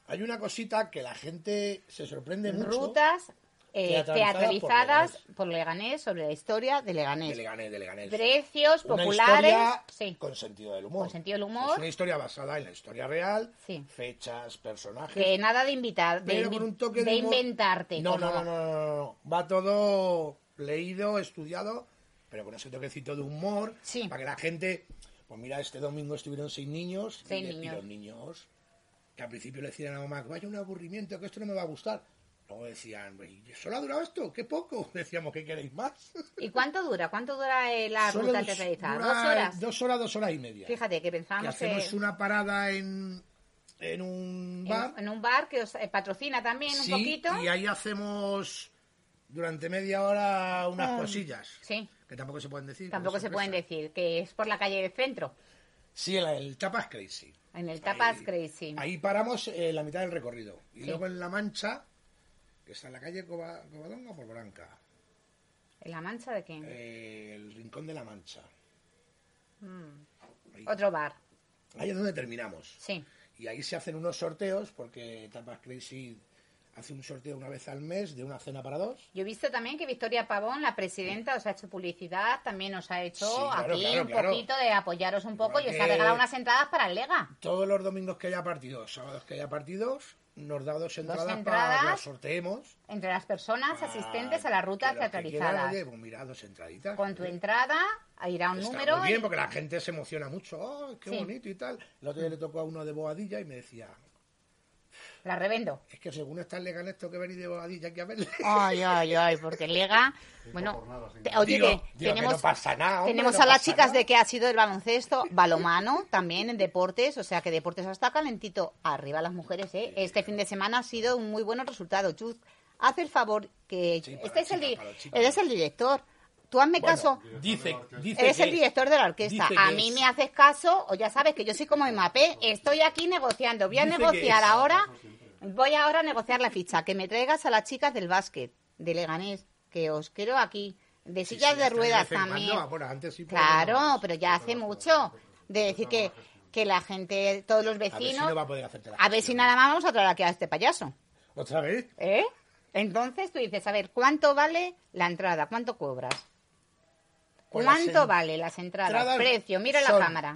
[SPEAKER 5] hay una cosita que la gente se sorprende mucho.
[SPEAKER 3] Rutas eh,
[SPEAKER 5] Teatralizadas por
[SPEAKER 3] teatralizadas por Leganés.
[SPEAKER 5] Leganés.
[SPEAKER 3] sobre la historia de
[SPEAKER 5] De
[SPEAKER 3] Leganés.
[SPEAKER 5] Leganés, de Leganés.
[SPEAKER 3] Precios
[SPEAKER 5] Una
[SPEAKER 3] populares.
[SPEAKER 5] historia
[SPEAKER 3] Sí.
[SPEAKER 5] con sentido del humor.
[SPEAKER 3] Con sentido del humor.
[SPEAKER 5] Es una historia basada en la historia real,
[SPEAKER 3] Sí.
[SPEAKER 5] fechas, personajes.
[SPEAKER 3] Que nada de invitar, de,
[SPEAKER 5] pero
[SPEAKER 3] invi-
[SPEAKER 5] con un toque de,
[SPEAKER 3] de
[SPEAKER 5] humor.
[SPEAKER 3] inventarte.
[SPEAKER 5] No,
[SPEAKER 3] como-
[SPEAKER 5] no, no, no, no, no. Va todo leído, estudiado, pero con ese toquecito de humor.
[SPEAKER 3] Sí.
[SPEAKER 5] Para que la gente. Pues mira, este domingo estuvieron seis niños.
[SPEAKER 3] Seis
[SPEAKER 5] y, le- y
[SPEAKER 3] niños.
[SPEAKER 5] los niños. Que al principio le decían a la mamá, vaya un aburrimiento, que esto no me va a gustar. Luego decían, "Pues, "¿Y ¿solo ha durado esto? ¡Qué poco! Decíamos, ¿qué queréis más?
[SPEAKER 3] ¿Y cuánto dura? ¿Cuánto dura eh, la
[SPEAKER 5] Solo
[SPEAKER 3] ruta
[SPEAKER 5] dos-
[SPEAKER 3] teatralizada?
[SPEAKER 5] dura
[SPEAKER 3] ¿Dos horas?
[SPEAKER 5] Dos horas, dos horas y media.
[SPEAKER 3] Fíjate que
[SPEAKER 5] que
[SPEAKER 3] pensábamos
[SPEAKER 5] hacemos
[SPEAKER 3] que-
[SPEAKER 5] una parada en, en un
[SPEAKER 3] en,
[SPEAKER 5] bar.
[SPEAKER 3] en un bar que os eh, patrocina también
[SPEAKER 5] Sí,
[SPEAKER 3] un poquito.
[SPEAKER 5] Y ahí hacemos durante media hora unas cosillas.
[SPEAKER 3] Sí.
[SPEAKER 5] Que tampoco se pueden decir.
[SPEAKER 3] Ah. Tampoco
[SPEAKER 5] como
[SPEAKER 3] se
[SPEAKER 5] sorpresa.
[SPEAKER 3] pueden decir que es por la calle del centro,
[SPEAKER 5] Sí, el, el Tapas Crazy.
[SPEAKER 3] en el Tapas
[SPEAKER 5] Ahí-
[SPEAKER 3] Crazy.
[SPEAKER 5] Ahí paramos eh, la mitad del recorrido. Y luego en La Mancha, que está en la calle Coba- Covadonga por Branca.
[SPEAKER 3] ¿En la mancha de qué?
[SPEAKER 5] eh, el Rincón de La Mancha. Ahí.
[SPEAKER 3] Mm. Otro bar,
[SPEAKER 5] Ahí es donde terminamos.
[SPEAKER 3] sí.
[SPEAKER 5] Y ahí se hacen unos sorteos, porque Tapas Crazy hace un sorteo una vez al mes de una cena para dos.
[SPEAKER 3] Yo he visto también que Victoria Pavón, la presidenta, os ha hecho publicidad, también os ha hecho
[SPEAKER 5] Sí, claro,
[SPEAKER 3] aquí
[SPEAKER 5] claro,
[SPEAKER 3] un
[SPEAKER 5] claro.
[SPEAKER 3] poquito de apoyaros un poco y os ha
[SPEAKER 5] Porque-
[SPEAKER 3] regalado unas entradas para el Lega.
[SPEAKER 5] Todos los domingos que haya partidos, sábados que haya partidos, nos da dos entradas, para
[SPEAKER 3] entradas.
[SPEAKER 5] que las sorteemos.
[SPEAKER 3] Entre las personas
[SPEAKER 5] para
[SPEAKER 3] asistentes a la ruta
[SPEAKER 5] Ah, que los que quieran,
[SPEAKER 3] teatralizada.
[SPEAKER 5] oye, pues mira, dos entraditas.
[SPEAKER 3] Con tu entrada irá un
[SPEAKER 5] Está
[SPEAKER 3] número.
[SPEAKER 5] muy
[SPEAKER 3] y-
[SPEAKER 5] bien, porque la gente se emociona mucho. ¡Oh, qué
[SPEAKER 3] Sí.
[SPEAKER 5] bonito y tal! El otro día le tocó a uno de Boadilla y me decía,
[SPEAKER 3] La revendo.
[SPEAKER 5] es que según está el Leganés, tengo que venir de Boadilla aquí a verle.
[SPEAKER 3] Ay, ay, ay, porque el Lega. Bueno,
[SPEAKER 2] jornadas, sí.
[SPEAKER 3] te- oye,
[SPEAKER 5] Digo,
[SPEAKER 3] que
[SPEAKER 5] digo que
[SPEAKER 3] tenemos,
[SPEAKER 5] no pasa nada, hombre,
[SPEAKER 3] tenemos
[SPEAKER 5] no
[SPEAKER 3] a las
[SPEAKER 5] pasa
[SPEAKER 3] chicas
[SPEAKER 5] nada.
[SPEAKER 3] de que ha sido el baloncesto, balomano, también en deportes, o sea que deportes hasta calentito. Arriba las mujeres, ¿eh? Este fin de semana ha sido un muy buen resultado. Chus, haz el favor que.
[SPEAKER 5] Sí, para
[SPEAKER 3] este
[SPEAKER 5] las
[SPEAKER 3] es el,
[SPEAKER 5] chicas,
[SPEAKER 3] di-
[SPEAKER 5] para los chicos.
[SPEAKER 3] eres el director. Tú hazme caso.
[SPEAKER 5] Dice, dice
[SPEAKER 3] Eres el
[SPEAKER 5] que-
[SPEAKER 3] director de la orquesta.
[SPEAKER 5] dice que
[SPEAKER 3] A mí
[SPEAKER 5] es-
[SPEAKER 3] me haces caso, o ya sabes que yo soy como MAP, estoy aquí negociando. Voy a
[SPEAKER 5] Dice que
[SPEAKER 3] negociar
[SPEAKER 5] es-
[SPEAKER 3] ahora, voy ahora a negociar la ficha. Que me traigas a las chicas del básquet, de Leganés, que os quiero aquí. De
[SPEAKER 5] Sí,
[SPEAKER 3] sillas
[SPEAKER 5] sí,
[SPEAKER 3] de
[SPEAKER 5] hasta de
[SPEAKER 3] ruedas
[SPEAKER 5] vez en cuando,
[SPEAKER 3] también.
[SPEAKER 5] ah, bueno, antes sí, pero no,
[SPEAKER 3] Claro,
[SPEAKER 5] no,
[SPEAKER 3] pero ya hace mucho. De decir que, que la gente, todos los
[SPEAKER 5] A ver si no va a
[SPEAKER 3] vecinos.
[SPEAKER 5] poder hacerte la
[SPEAKER 3] A ver si
[SPEAKER 5] gestión.
[SPEAKER 3] nada más vamos a traer aquí a este payaso.
[SPEAKER 5] ¿Otra vez?
[SPEAKER 3] ¿Eh? Entonces tú dices, a ver, ¿cuánto vale la entrada? ¿Cuánto cobras?
[SPEAKER 5] Con Pues las
[SPEAKER 3] ¿Cuánto
[SPEAKER 5] en-
[SPEAKER 3] vale las entradas?
[SPEAKER 5] entradas
[SPEAKER 3] Precio, mira
[SPEAKER 5] son-
[SPEAKER 3] la cámara.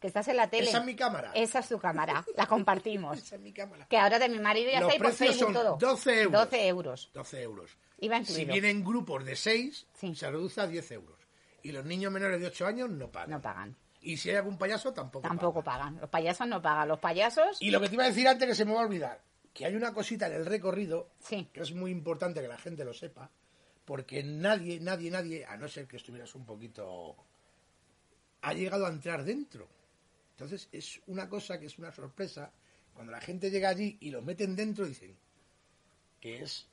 [SPEAKER 3] Que estás en la tele.
[SPEAKER 5] Esa es mi cámara.
[SPEAKER 3] Esa es tu cámara. La compartimos.
[SPEAKER 5] Esa es mi cámara.
[SPEAKER 3] Que ahora de mi marido ya
[SPEAKER 5] Los
[SPEAKER 3] está ahí por
[SPEAKER 5] precios
[SPEAKER 3] Facebook
[SPEAKER 5] son
[SPEAKER 3] todo.
[SPEAKER 5] 12 euros.
[SPEAKER 3] 12 euros.
[SPEAKER 5] 12 euros.
[SPEAKER 3] Iba incluido.
[SPEAKER 5] Si vienen grupos de 6,
[SPEAKER 3] Sí.
[SPEAKER 5] se reduce a 10 euros. Y los niños menores de 8 años no pagan.
[SPEAKER 3] No pagan.
[SPEAKER 5] Y si hay algún payaso, tampoco.
[SPEAKER 3] Tampoco
[SPEAKER 5] paga.
[SPEAKER 3] pagan. Los payasos no pagan. Los payasos.
[SPEAKER 5] Y lo que te iba a decir antes que se me va a olvidar, que hay una cosita en el recorrido
[SPEAKER 3] Sí.
[SPEAKER 5] que es muy importante que la gente lo sepa, porque nadie, nadie, nadie, a no ser que estuvieras un poquito, ha llegado a entrar dentro. Entonces es una cosa que es una sorpresa. Cuando la gente llega allí y los meten dentro, dicen que es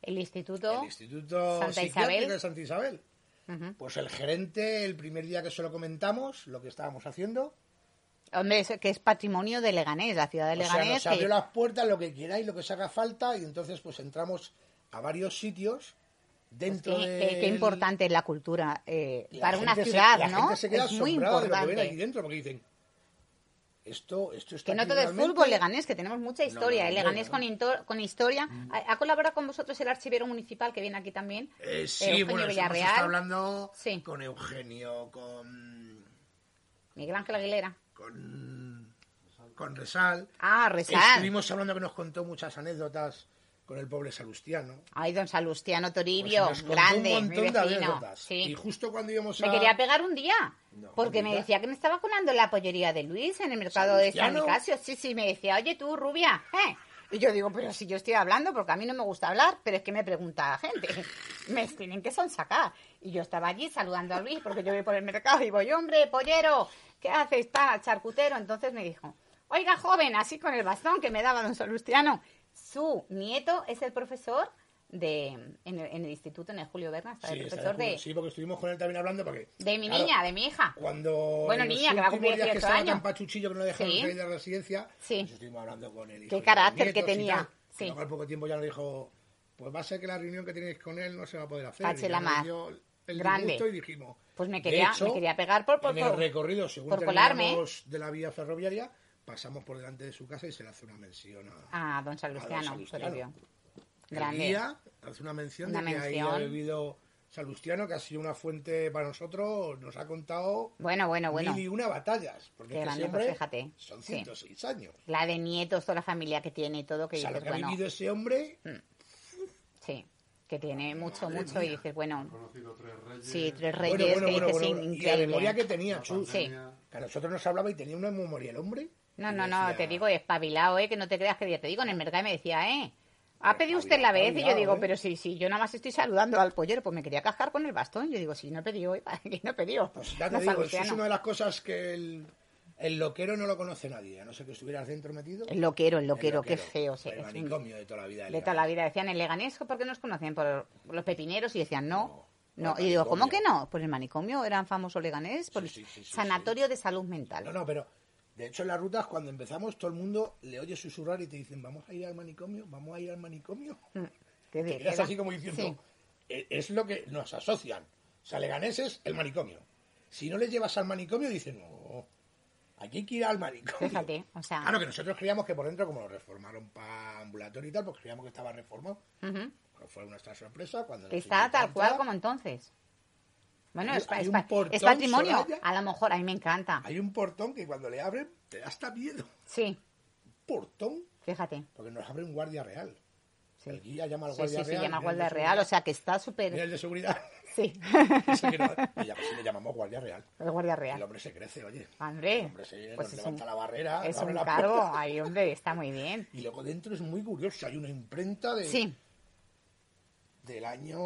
[SPEAKER 3] El instituto.
[SPEAKER 5] el Instituto
[SPEAKER 3] Santa
[SPEAKER 5] Psiquiátrico
[SPEAKER 3] Isabel.
[SPEAKER 5] de Santa Isabel.
[SPEAKER 3] Ujú.
[SPEAKER 5] Pues el gerente, el primer día que se lo comentamos, lo que estábamos haciendo,
[SPEAKER 3] Hombre, eso que es patrimonio de Leganés, la ciudad de
[SPEAKER 5] O sea,
[SPEAKER 3] Leganés.
[SPEAKER 5] nos abrió
[SPEAKER 3] que-
[SPEAKER 5] las puertas, lo que queráis, lo que os haga falta, y entonces pues entramos a varios sitios dentro
[SPEAKER 3] Qué,
[SPEAKER 5] de...
[SPEAKER 3] qué- qué importante es la cultura eh, para una ciudad, ¿no? es muy
[SPEAKER 5] De lo que ven aquí
[SPEAKER 3] importante.
[SPEAKER 5] dentro, porque dicen, esto, esto está
[SPEAKER 3] Que no
[SPEAKER 5] aquí
[SPEAKER 3] todo es
[SPEAKER 5] realmente-
[SPEAKER 3] fútbol, Leganés, que tenemos mucha historia.
[SPEAKER 5] no,
[SPEAKER 3] eh,
[SPEAKER 5] no,
[SPEAKER 3] Leganés
[SPEAKER 5] no. Mm.
[SPEAKER 3] con, into- con historia. Ha, ha colaborado con vosotros el archivero municipal que viene aquí también.
[SPEAKER 5] Eh, sí,
[SPEAKER 3] Eugenio
[SPEAKER 5] bueno, eso hemos
[SPEAKER 3] Villarreal.
[SPEAKER 5] estado hablando
[SPEAKER 3] Sí.
[SPEAKER 5] con Eugenio, con...
[SPEAKER 3] Miguel Ángel Aguilera.
[SPEAKER 5] con... con Resal.
[SPEAKER 3] Ah, rezar.
[SPEAKER 5] Estuvimos hablando que nos contó muchas anécdotas con el pobre Salustiano.
[SPEAKER 3] Ay, don Salustiano
[SPEAKER 5] Pues
[SPEAKER 3] Toribio,
[SPEAKER 5] nos contó
[SPEAKER 3] grande,
[SPEAKER 5] un
[SPEAKER 3] mi
[SPEAKER 5] montón de
[SPEAKER 3] vecino.
[SPEAKER 5] anécdotas. Y
[SPEAKER 3] Sí.
[SPEAKER 5] justo cuando íbamos
[SPEAKER 3] Me
[SPEAKER 5] a...
[SPEAKER 3] quería pegar un día.
[SPEAKER 5] No,
[SPEAKER 3] Porque
[SPEAKER 5] no
[SPEAKER 3] me
[SPEAKER 5] digas.
[SPEAKER 3] decía que me estaba colando en la pollería de Luis en el mercado de San
[SPEAKER 5] ¿Salustiano?
[SPEAKER 3] Nicasio. Sí, sí, me decía, oye tú, rubia, ¿eh? Y yo digo, pero si yo estoy hablando, porque a mí no me gusta hablar, pero es que me pregunta la gente. Me tienen que sonsacar. Y yo estaba allí saludando a Luis, porque yo voy por el mercado y voy, hombre, pollero, ¿qué haces, pa, charcutero? Entonces me dijo, oiga, joven, así con el bastón que me daba don Salustiano. Su nieto es el profesor de, en, el, en el instituto, en el Julio Berna, está
[SPEAKER 5] Sí,
[SPEAKER 3] el
[SPEAKER 5] está
[SPEAKER 3] profesor
[SPEAKER 5] de acuerdo.
[SPEAKER 3] de,
[SPEAKER 5] Sí, porque estuvimos con él también hablando porque...
[SPEAKER 3] de mi
[SPEAKER 5] claro,
[SPEAKER 3] niña, de mi hija.
[SPEAKER 5] Cuando...
[SPEAKER 3] Bueno,
[SPEAKER 5] en los
[SPEAKER 3] niña, que va a
[SPEAKER 5] últimos
[SPEAKER 3] cumplir
[SPEAKER 5] días que
[SPEAKER 3] 18
[SPEAKER 5] estaba
[SPEAKER 3] años.
[SPEAKER 5] tan pachuchillo que no dejaron
[SPEAKER 3] Sí.
[SPEAKER 5] salir de la residencia,
[SPEAKER 3] Sí.
[SPEAKER 5] pues estuvimos hablando con él.
[SPEAKER 3] Qué carácter que tenía, sí.
[SPEAKER 5] Luego al poco tiempo ya nos dijo, pues va a ser que la reunión que tenéis con él no se va a poder hacer.
[SPEAKER 3] Pache
[SPEAKER 5] Y ya
[SPEAKER 3] la
[SPEAKER 5] nos
[SPEAKER 3] mar.
[SPEAKER 5] dio El
[SPEAKER 3] Grande.
[SPEAKER 5] disgusto y dijimos...
[SPEAKER 3] Pues me
[SPEAKER 5] de
[SPEAKER 3] quería- me quería pegar por- por-
[SPEAKER 5] en
[SPEAKER 3] por-
[SPEAKER 5] el recorrido, según
[SPEAKER 3] por colarme.
[SPEAKER 5] terminamos de la vía ferroviaria, pasamos por delante de su casa y se le hace una mención a...
[SPEAKER 3] Ah, don
[SPEAKER 5] A don
[SPEAKER 3] Salustiano,
[SPEAKER 5] Salustiano.
[SPEAKER 3] Toribio.
[SPEAKER 5] El
[SPEAKER 3] Grande.
[SPEAKER 5] guía hace una mención
[SPEAKER 3] Una
[SPEAKER 5] de que ahí ha
[SPEAKER 3] mención.
[SPEAKER 5] bebido Salustiano, que ha sido una fuente para nosotros, nos ha contado
[SPEAKER 3] Bueno, bueno, Ah, bueno.
[SPEAKER 5] mil y una batallas. Porque
[SPEAKER 3] Qué
[SPEAKER 5] es que
[SPEAKER 3] grande,
[SPEAKER 5] ese hombre
[SPEAKER 3] pues fíjate.
[SPEAKER 5] son
[SPEAKER 3] Sí.
[SPEAKER 5] 106 años.
[SPEAKER 3] La de nietos, toda la familia que tiene y todo, que
[SPEAKER 5] O sea, lo
[SPEAKER 3] dices,
[SPEAKER 5] que ha
[SPEAKER 3] pues bueno, Mm.
[SPEAKER 5] vivido ese hombre,
[SPEAKER 3] sí, que tiene mucho,
[SPEAKER 5] Madre
[SPEAKER 3] mucho, y
[SPEAKER 5] mía.
[SPEAKER 3] dices, bueno,
[SPEAKER 2] He conocido tres reyes.
[SPEAKER 3] sí, tres
[SPEAKER 5] bueno,
[SPEAKER 3] reyes,
[SPEAKER 5] bueno,
[SPEAKER 3] que
[SPEAKER 5] bueno,
[SPEAKER 3] dices,
[SPEAKER 5] bueno, y la
[SPEAKER 3] increíble.
[SPEAKER 5] memoria que tenía, Chus,
[SPEAKER 3] Sí.
[SPEAKER 2] pandemia.
[SPEAKER 5] que a nosotros nos hablaba y tenía una memoria el hombre.
[SPEAKER 3] No,
[SPEAKER 5] Y
[SPEAKER 3] no, no,
[SPEAKER 5] decía,
[SPEAKER 3] te digo, espabilado, ¿eh? Que no te creas que ya te digo, en el mercado me decía, ¿eh? Ha pedido usted la
[SPEAKER 5] Pues espabilado,
[SPEAKER 3] vez y yo digo,
[SPEAKER 5] ¿eh?
[SPEAKER 3] pero sí, sí, yo nada más estoy saludando al pollero, pues me quería cascar con el bastón. Yo digo, sí, no he pedido, ¿eh? ¿Qué no he pedido?
[SPEAKER 5] Pues ya te
[SPEAKER 3] Don
[SPEAKER 5] digo, eso
[SPEAKER 3] Salustiano.
[SPEAKER 5] es una de las cosas que el, el loquero no lo conoce nadie, a no ser que estuvieras dentro metido.
[SPEAKER 3] El loquero, el loquero,
[SPEAKER 5] El
[SPEAKER 3] qué feo. sí,
[SPEAKER 5] el
[SPEAKER 3] es un-
[SPEAKER 5] manicomio de toda la vida.
[SPEAKER 3] De toda la vida decían el leganés, ¿por qué nos conocían? Por los pepineros y decían no. No,
[SPEAKER 5] No,
[SPEAKER 3] y digo, ¿cómo que
[SPEAKER 5] manicomio.
[SPEAKER 3] no? Por el manicomio eran famoso leganés, por
[SPEAKER 5] Sí, sí, sí,
[SPEAKER 3] el
[SPEAKER 5] sí,
[SPEAKER 3] sanatorio de salud mental.
[SPEAKER 5] No, no, pero de hecho en las rutas cuando empezamos todo el mundo le oye susurrar y te dicen, vamos a ir al manicomio, vamos a ir al manicomio.
[SPEAKER 3] Qué de-
[SPEAKER 5] Te quedas
[SPEAKER 3] era-
[SPEAKER 5] así como diciendo,
[SPEAKER 3] Sí.
[SPEAKER 5] "E- es lo que nos asocian. O sea, Leganés es el manicomio. Si no le llevas al manicomio, dicen, no, aquí hay que ir al manicomio.
[SPEAKER 3] Fíjate, o sea-
[SPEAKER 5] Claro Ah, que nosotros creíamos que por dentro, como lo reformaron para ambulatorio y tal, pues creíamos que estaba reformado.
[SPEAKER 3] Ujú.
[SPEAKER 5] Pero fue nuestra sorpresa cuando...
[SPEAKER 3] Que
[SPEAKER 5] nos
[SPEAKER 3] está tal
[SPEAKER 5] invitaron,
[SPEAKER 3] cual como entonces. Bueno,
[SPEAKER 5] Hay-
[SPEAKER 3] es, pa-
[SPEAKER 5] hay
[SPEAKER 3] es
[SPEAKER 5] un
[SPEAKER 3] pa-
[SPEAKER 5] portón,
[SPEAKER 3] es patrimonio.
[SPEAKER 5] Soraya.
[SPEAKER 3] A lo mejor, a mí me encanta.
[SPEAKER 5] Hay un portón que cuando le abren te da hasta miedo.
[SPEAKER 3] Sí,
[SPEAKER 5] Portón,
[SPEAKER 3] fíjate.
[SPEAKER 5] porque nos abre un guardia real.
[SPEAKER 3] Sí.
[SPEAKER 5] El guía llama al
[SPEAKER 3] Sí,
[SPEAKER 5] guardia
[SPEAKER 3] sí, sí,
[SPEAKER 5] real.
[SPEAKER 3] llama
[SPEAKER 5] mira el
[SPEAKER 3] guardia
[SPEAKER 5] de
[SPEAKER 3] real, o
[SPEAKER 5] seguridad,
[SPEAKER 3] sea que está
[SPEAKER 5] mira
[SPEAKER 3] súper...
[SPEAKER 5] el de seguridad.
[SPEAKER 3] Sí,
[SPEAKER 5] Ese que no- y ya, pues, si le llamamos guardia real.
[SPEAKER 3] el guardia
[SPEAKER 5] El
[SPEAKER 3] real.
[SPEAKER 5] hombre se crece, oye. El
[SPEAKER 3] Hombre,
[SPEAKER 5] hombre se
[SPEAKER 3] pues es
[SPEAKER 5] nos
[SPEAKER 3] un,
[SPEAKER 5] levanta la barrera.
[SPEAKER 3] es
[SPEAKER 5] abre
[SPEAKER 3] un
[SPEAKER 5] la
[SPEAKER 3] cargo.
[SPEAKER 5] puerta.
[SPEAKER 3] Ay, hombre, está muy bien.
[SPEAKER 5] Y luego dentro es muy curioso. Hay una imprenta de,
[SPEAKER 3] Sí.
[SPEAKER 5] del año...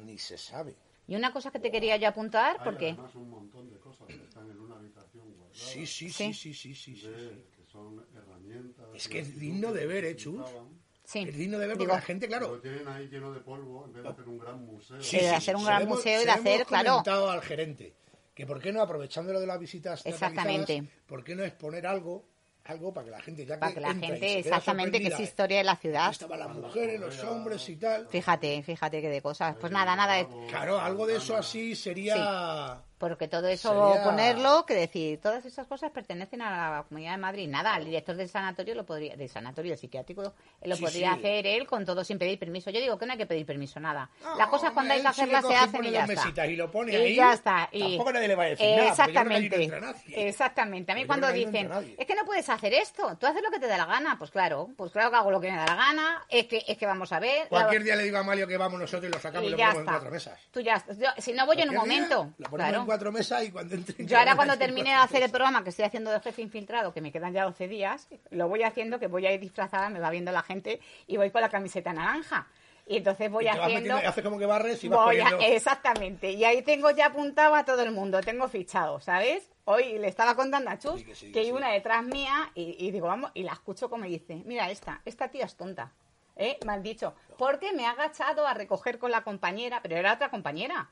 [SPEAKER 5] Ni se sabe.
[SPEAKER 3] Y una cosa que te quería yo apuntar,
[SPEAKER 2] Hay
[SPEAKER 3] porque...
[SPEAKER 2] además un montón de cosas que están en una habitación guardadas.
[SPEAKER 5] Sí, sí,
[SPEAKER 3] Sí.
[SPEAKER 5] sí, sí, sí, sí. sí, sí.
[SPEAKER 2] de- que son herramientas.
[SPEAKER 5] Es que es
[SPEAKER 2] actitudes
[SPEAKER 5] digno de ver,
[SPEAKER 2] que
[SPEAKER 5] ¿eh, Chus?
[SPEAKER 2] utilizaban.
[SPEAKER 3] Sí.
[SPEAKER 5] Es digno de ver porque
[SPEAKER 3] Digo,
[SPEAKER 5] la gente,
[SPEAKER 2] Lo
[SPEAKER 5] claro...
[SPEAKER 2] tienen ahí lleno de polvo en vez de hacer un gran museo.
[SPEAKER 5] sí,
[SPEAKER 3] de
[SPEAKER 5] sí,
[SPEAKER 3] hacer un
[SPEAKER 5] se
[SPEAKER 3] gran
[SPEAKER 5] lo hemos-
[SPEAKER 3] museo y
[SPEAKER 5] se
[SPEAKER 3] de
[SPEAKER 5] lo
[SPEAKER 3] hacer,
[SPEAKER 5] hemos
[SPEAKER 3] claro.
[SPEAKER 5] comentado al gerente que por qué no aprovechando lo de las visitas
[SPEAKER 3] Exactamente.
[SPEAKER 5] teatralizadas, por qué no exponer algo algo para que la gente ya
[SPEAKER 3] Para que la
[SPEAKER 5] entra y se
[SPEAKER 3] gente,
[SPEAKER 5] queda
[SPEAKER 3] exactamente, que es
[SPEAKER 5] sorprendida, ¿eh?
[SPEAKER 3] historia de la ciudad.
[SPEAKER 5] Estaban las mujeres, los hombres y tal.
[SPEAKER 3] Fíjate, fíjate que de cosas. Pues nada, nada. es-
[SPEAKER 5] Claro, algo de eso así sería.
[SPEAKER 3] Porque todo eso
[SPEAKER 5] Sería-
[SPEAKER 3] ponerlo, que decir, todas esas cosas pertenecen a la Comunidad de Madrid. Nada, el director del sanatorio lo podría, del sanatorio psiquiátrico, eh, lo
[SPEAKER 5] Sí,
[SPEAKER 3] podría
[SPEAKER 5] sí.
[SPEAKER 3] hacer él con todo sin pedir permiso. Yo digo que no hay que pedir permiso, nada.
[SPEAKER 5] No,
[SPEAKER 3] Las cosas cuando hay que
[SPEAKER 5] él sí le
[SPEAKER 3] hacerlas se
[SPEAKER 5] coge y
[SPEAKER 3] hacen
[SPEAKER 5] pone
[SPEAKER 3] y ya
[SPEAKER 5] dos
[SPEAKER 3] está.
[SPEAKER 5] mesitas y lo pone
[SPEAKER 3] Y
[SPEAKER 5] ahí.
[SPEAKER 3] ya está. Y...
[SPEAKER 5] Tampoco nadie le va a decir nada, porque yo creo que allí no
[SPEAKER 3] Exactamente.
[SPEAKER 5] entra nadie.
[SPEAKER 3] Exactamente. A mí
[SPEAKER 5] Porque yo
[SPEAKER 3] cuando
[SPEAKER 5] creo que allí no
[SPEAKER 3] dicen,
[SPEAKER 5] entra nadie.
[SPEAKER 3] es que no puedes hacer esto, tú haces lo que te da la gana. Pues claro, pues claro que hago lo que me da la gana. Es que, es que vamos a ver.
[SPEAKER 5] Cualquier
[SPEAKER 3] la-
[SPEAKER 5] día le digo a Mario que vamos nosotros y lo sacamos y,
[SPEAKER 3] y
[SPEAKER 5] lo
[SPEAKER 3] ya
[SPEAKER 5] ponemos en
[SPEAKER 3] está.
[SPEAKER 5] cuatro mesas.
[SPEAKER 3] Tú ya, yo- si no voy en un
[SPEAKER 5] Cualquier día
[SPEAKER 3] momento,
[SPEAKER 5] Lo ponemos
[SPEAKER 3] claro.
[SPEAKER 5] en cuatro mesas y cuando entre... pues
[SPEAKER 3] Yo ahora cuando termine de hacer el programa que estoy haciendo de jefe infiltrado, que me quedan ya 12 días, lo voy haciendo que voy a ir disfrazada, me va viendo la gente y voy con la camiseta naranja. Y entonces voy
[SPEAKER 5] Y te vas
[SPEAKER 3] haciendo...
[SPEAKER 5] metiendo- haces como que barres y vas
[SPEAKER 3] voy a-
[SPEAKER 5] poniendo-
[SPEAKER 3] exactamente. Y ahí tengo ya apuntado a todo el mundo, tengo fichado, ¿sabes? Hoy le estaba contando a Chus
[SPEAKER 5] Sí, que
[SPEAKER 3] que,
[SPEAKER 5] sí, que
[SPEAKER 3] hay
[SPEAKER 5] sí.
[SPEAKER 3] una detrás mía y, y digo, vamos, y la escucho como dice, mira esta, esta tía es tonta. ¿Eh? Me han dicho, porque me ha agachado a recoger con la compañera, pero era otra compañera.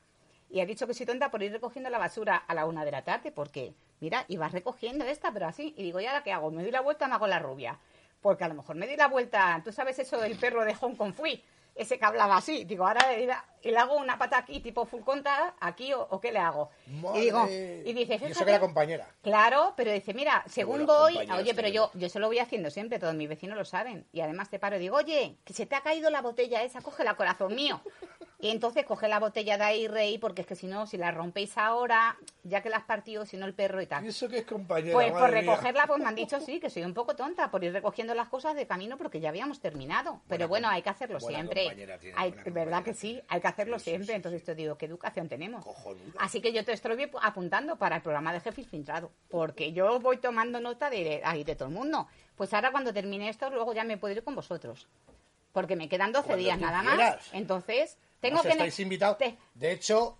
[SPEAKER 3] Y ha dicho que soy tonta por ir recogiendo la basura a la una de la tarde, porque, mira, ibas recogiendo esta, pero así. Y digo, ¿y ahora qué hago? ¿Me doy la vuelta o me hago la rubia? Porque a lo mejor me di la vuelta, tú sabes eso del perro de Hong Kong Fui, ese que hablaba así. Digo, ahora le, le hago una pata aquí, tipo full contra, aquí, o, o qué le hago.
[SPEAKER 5] Madre.
[SPEAKER 3] Y digo, y dice,
[SPEAKER 5] Y eso
[SPEAKER 3] "Fíjate".
[SPEAKER 5] que era compañera.
[SPEAKER 3] Claro, pero dice, mira, según
[SPEAKER 4] buenas
[SPEAKER 3] voy,
[SPEAKER 4] compañeras
[SPEAKER 3] oye, pero
[SPEAKER 4] tenemos.
[SPEAKER 3] yo, yo se lo voy haciendo siempre, todos mis vecinos lo saben. Y además te paro y digo, oye, que se te ha caído la botella esa, cógela, corazón mío. Y entonces coge la botella de ahí, rey, porque es que si no, si la rompéis ahora, ya que la has partido, si no el perro y tal.
[SPEAKER 5] ¿Y eso que es compañera?
[SPEAKER 3] Pues por
[SPEAKER 5] madre mía?
[SPEAKER 3] recogerla, pues me han dicho sí, que soy un poco tonta por ir recogiendo las cosas de camino porque ya habíamos terminado. Pero bueno, hay que hacerlo
[SPEAKER 4] buena
[SPEAKER 3] siempre.
[SPEAKER 4] compañera tiene,
[SPEAKER 3] Hay,
[SPEAKER 4] buena
[SPEAKER 3] ¿Verdad
[SPEAKER 4] compañera
[SPEAKER 3] que sí?
[SPEAKER 4] tiene.
[SPEAKER 3] Hay que hacerlo
[SPEAKER 4] Sí, sí,
[SPEAKER 3] siempre.
[SPEAKER 4] sí,
[SPEAKER 3] Entonces te digo, ¿qué educación tenemos?
[SPEAKER 4] Cojonuda.
[SPEAKER 3] Así que yo te estoy apuntando para el programa de jefe filtrado, porque yo voy tomando nota de ahí de todo el mundo. Pues ahora cuando termine esto, luego ya me puedo ir con vosotros. Porque me quedan 12
[SPEAKER 5] Cuando
[SPEAKER 3] días
[SPEAKER 5] tú
[SPEAKER 3] nada
[SPEAKER 5] quieras.
[SPEAKER 3] más. Entonces, tengo
[SPEAKER 5] Nos
[SPEAKER 3] que...
[SPEAKER 5] estáis invitados.
[SPEAKER 3] te-
[SPEAKER 5] De hecho,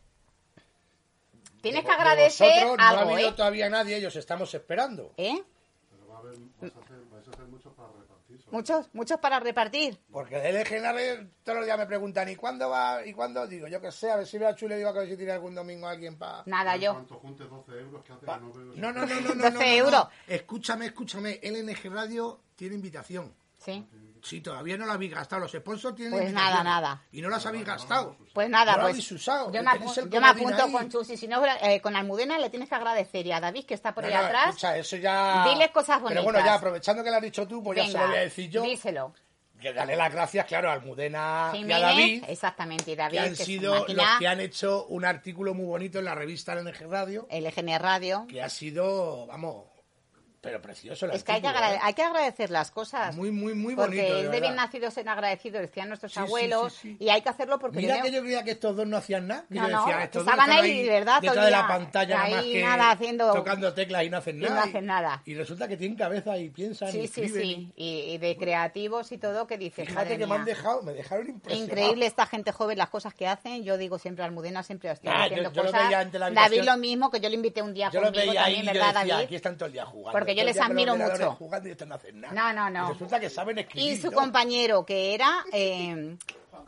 [SPEAKER 3] tienes
[SPEAKER 5] de-
[SPEAKER 3] que
[SPEAKER 5] de
[SPEAKER 3] agradecer
[SPEAKER 5] vosotros no ha
[SPEAKER 3] algo,
[SPEAKER 5] habido
[SPEAKER 3] ¿eh?
[SPEAKER 5] todavía nadie, ellos estamos esperando.
[SPEAKER 3] ¿Eh?
[SPEAKER 2] Pero va a haber, vais, a hacer, vais a hacer mucho para repartir. ¿sabes?
[SPEAKER 3] Muchos, muchos para repartir.
[SPEAKER 5] Porque del EGNR todos los días me preguntan, ¿y cuándo va? ¿Y cuándo? Digo, yo que sé, a ver si veo a Chule, digo a ver si tiene algún domingo a alguien para...
[SPEAKER 3] Nada,
[SPEAKER 2] En
[SPEAKER 3] yo.
[SPEAKER 2] cuanto juntes 12 euros, que hace
[SPEAKER 5] Pa-
[SPEAKER 2] que no veo.
[SPEAKER 5] No, no, no, no, no,
[SPEAKER 3] 12
[SPEAKER 5] no, no, no.
[SPEAKER 3] euros.
[SPEAKER 5] Escúchame, escúchame. LNG Radio tiene invitación.
[SPEAKER 3] Sí.
[SPEAKER 5] Si todavía no la habéis gastado, los sponsors tienen
[SPEAKER 3] Pues nada,
[SPEAKER 5] invitación.
[SPEAKER 3] nada.
[SPEAKER 5] Y no las habéis gastado.
[SPEAKER 3] Pues nada,
[SPEAKER 5] No lo
[SPEAKER 3] pues.
[SPEAKER 5] habéis usado,
[SPEAKER 3] yo,
[SPEAKER 5] que
[SPEAKER 3] me
[SPEAKER 5] tenéis
[SPEAKER 3] apu-
[SPEAKER 5] el
[SPEAKER 3] yo me
[SPEAKER 5] comodín
[SPEAKER 3] apunto
[SPEAKER 5] ahí.
[SPEAKER 3] con Chus y si no, eh, con Almudena le tienes que agradecer y a David que está por
[SPEAKER 5] No,
[SPEAKER 3] ahí
[SPEAKER 5] no,
[SPEAKER 3] atrás.
[SPEAKER 5] escucha, eso ya...
[SPEAKER 3] Diles cosas
[SPEAKER 5] Pero bueno,
[SPEAKER 3] bonitas.
[SPEAKER 5] ya aprovechando que lo has dicho tú, pues ya se
[SPEAKER 3] Venga,
[SPEAKER 5] lo voy a decir yo.
[SPEAKER 3] Díselo.
[SPEAKER 5] Que dale las gracias, claro, a Almudena y a
[SPEAKER 3] Jiménez,
[SPEAKER 5] David.
[SPEAKER 3] exactamente, y David,
[SPEAKER 5] que han
[SPEAKER 3] que es
[SPEAKER 5] sido
[SPEAKER 3] una
[SPEAKER 5] los
[SPEAKER 3] máquina,
[SPEAKER 5] que han hecho un artículo muy bonito en la revista LNG Radio,
[SPEAKER 3] LGN Radio.
[SPEAKER 5] que ha sido, vamos, pero precioso el
[SPEAKER 3] Es que hay que,
[SPEAKER 5] artículo,
[SPEAKER 3] agrade-
[SPEAKER 5] ¿eh?
[SPEAKER 3] hay que agradecer las cosas.
[SPEAKER 5] Muy, muy, muy
[SPEAKER 3] porque
[SPEAKER 5] bonito, de
[SPEAKER 3] es de
[SPEAKER 5] verdad.
[SPEAKER 3] bien nacidos en agradecidos, decían nuestros
[SPEAKER 5] Sí, sí,
[SPEAKER 3] abuelos,
[SPEAKER 5] sí, sí.
[SPEAKER 3] y hay que hacerlo porque
[SPEAKER 5] Mira
[SPEAKER 3] yo
[SPEAKER 5] que
[SPEAKER 3] creo-
[SPEAKER 5] yo creía que estos dos no hacían nada. Que
[SPEAKER 3] No,
[SPEAKER 5] yo decía,
[SPEAKER 3] no,
[SPEAKER 5] estos
[SPEAKER 3] estaban
[SPEAKER 5] dos están
[SPEAKER 3] ahí, ¿verdad? todo
[SPEAKER 5] Detrás
[SPEAKER 3] el
[SPEAKER 5] de la
[SPEAKER 3] día,
[SPEAKER 5] pantalla, nada más
[SPEAKER 3] ahí
[SPEAKER 5] que
[SPEAKER 3] nada haciendo-
[SPEAKER 5] tocando teclas y no hacen
[SPEAKER 3] y
[SPEAKER 5] nada.
[SPEAKER 3] no hacen nada.
[SPEAKER 5] Y resulta que tienen cabeza y piensan. y
[SPEAKER 3] Sí, sí,
[SPEAKER 5] escriben.
[SPEAKER 3] sí. Y, y de creativos y todo, que dices,
[SPEAKER 5] ¿eh? Fíjate
[SPEAKER 3] madre
[SPEAKER 5] que me
[SPEAKER 3] mía.
[SPEAKER 5] han dejado, me dejaron impresionado.
[SPEAKER 3] Increíble esta gente joven, las cosas que hacen. Yo digo siempre, Almudena siempre está
[SPEAKER 5] Ah,
[SPEAKER 3] haciendo
[SPEAKER 5] yo- yo lo
[SPEAKER 3] cosas.
[SPEAKER 5] veía ante la
[SPEAKER 3] David
[SPEAKER 5] habitación.
[SPEAKER 3] lo mismo, que yo le invité un día
[SPEAKER 5] Yo los
[SPEAKER 3] conmigo
[SPEAKER 5] veía ahí
[SPEAKER 3] también,
[SPEAKER 5] y yo
[SPEAKER 3] ¿verdad,
[SPEAKER 5] decía,
[SPEAKER 3] David?
[SPEAKER 5] aquí están todo el día jugando.
[SPEAKER 3] Porque yo
[SPEAKER 5] todo el
[SPEAKER 3] les
[SPEAKER 5] día con los
[SPEAKER 3] admiro
[SPEAKER 5] ordenadores
[SPEAKER 3] mucho.
[SPEAKER 5] jugando y estos no hacen nada.
[SPEAKER 3] No, no, no.
[SPEAKER 5] Y resulta que saben escribir.
[SPEAKER 3] Y su
[SPEAKER 5] ¿no?
[SPEAKER 3] compañero, que era eh,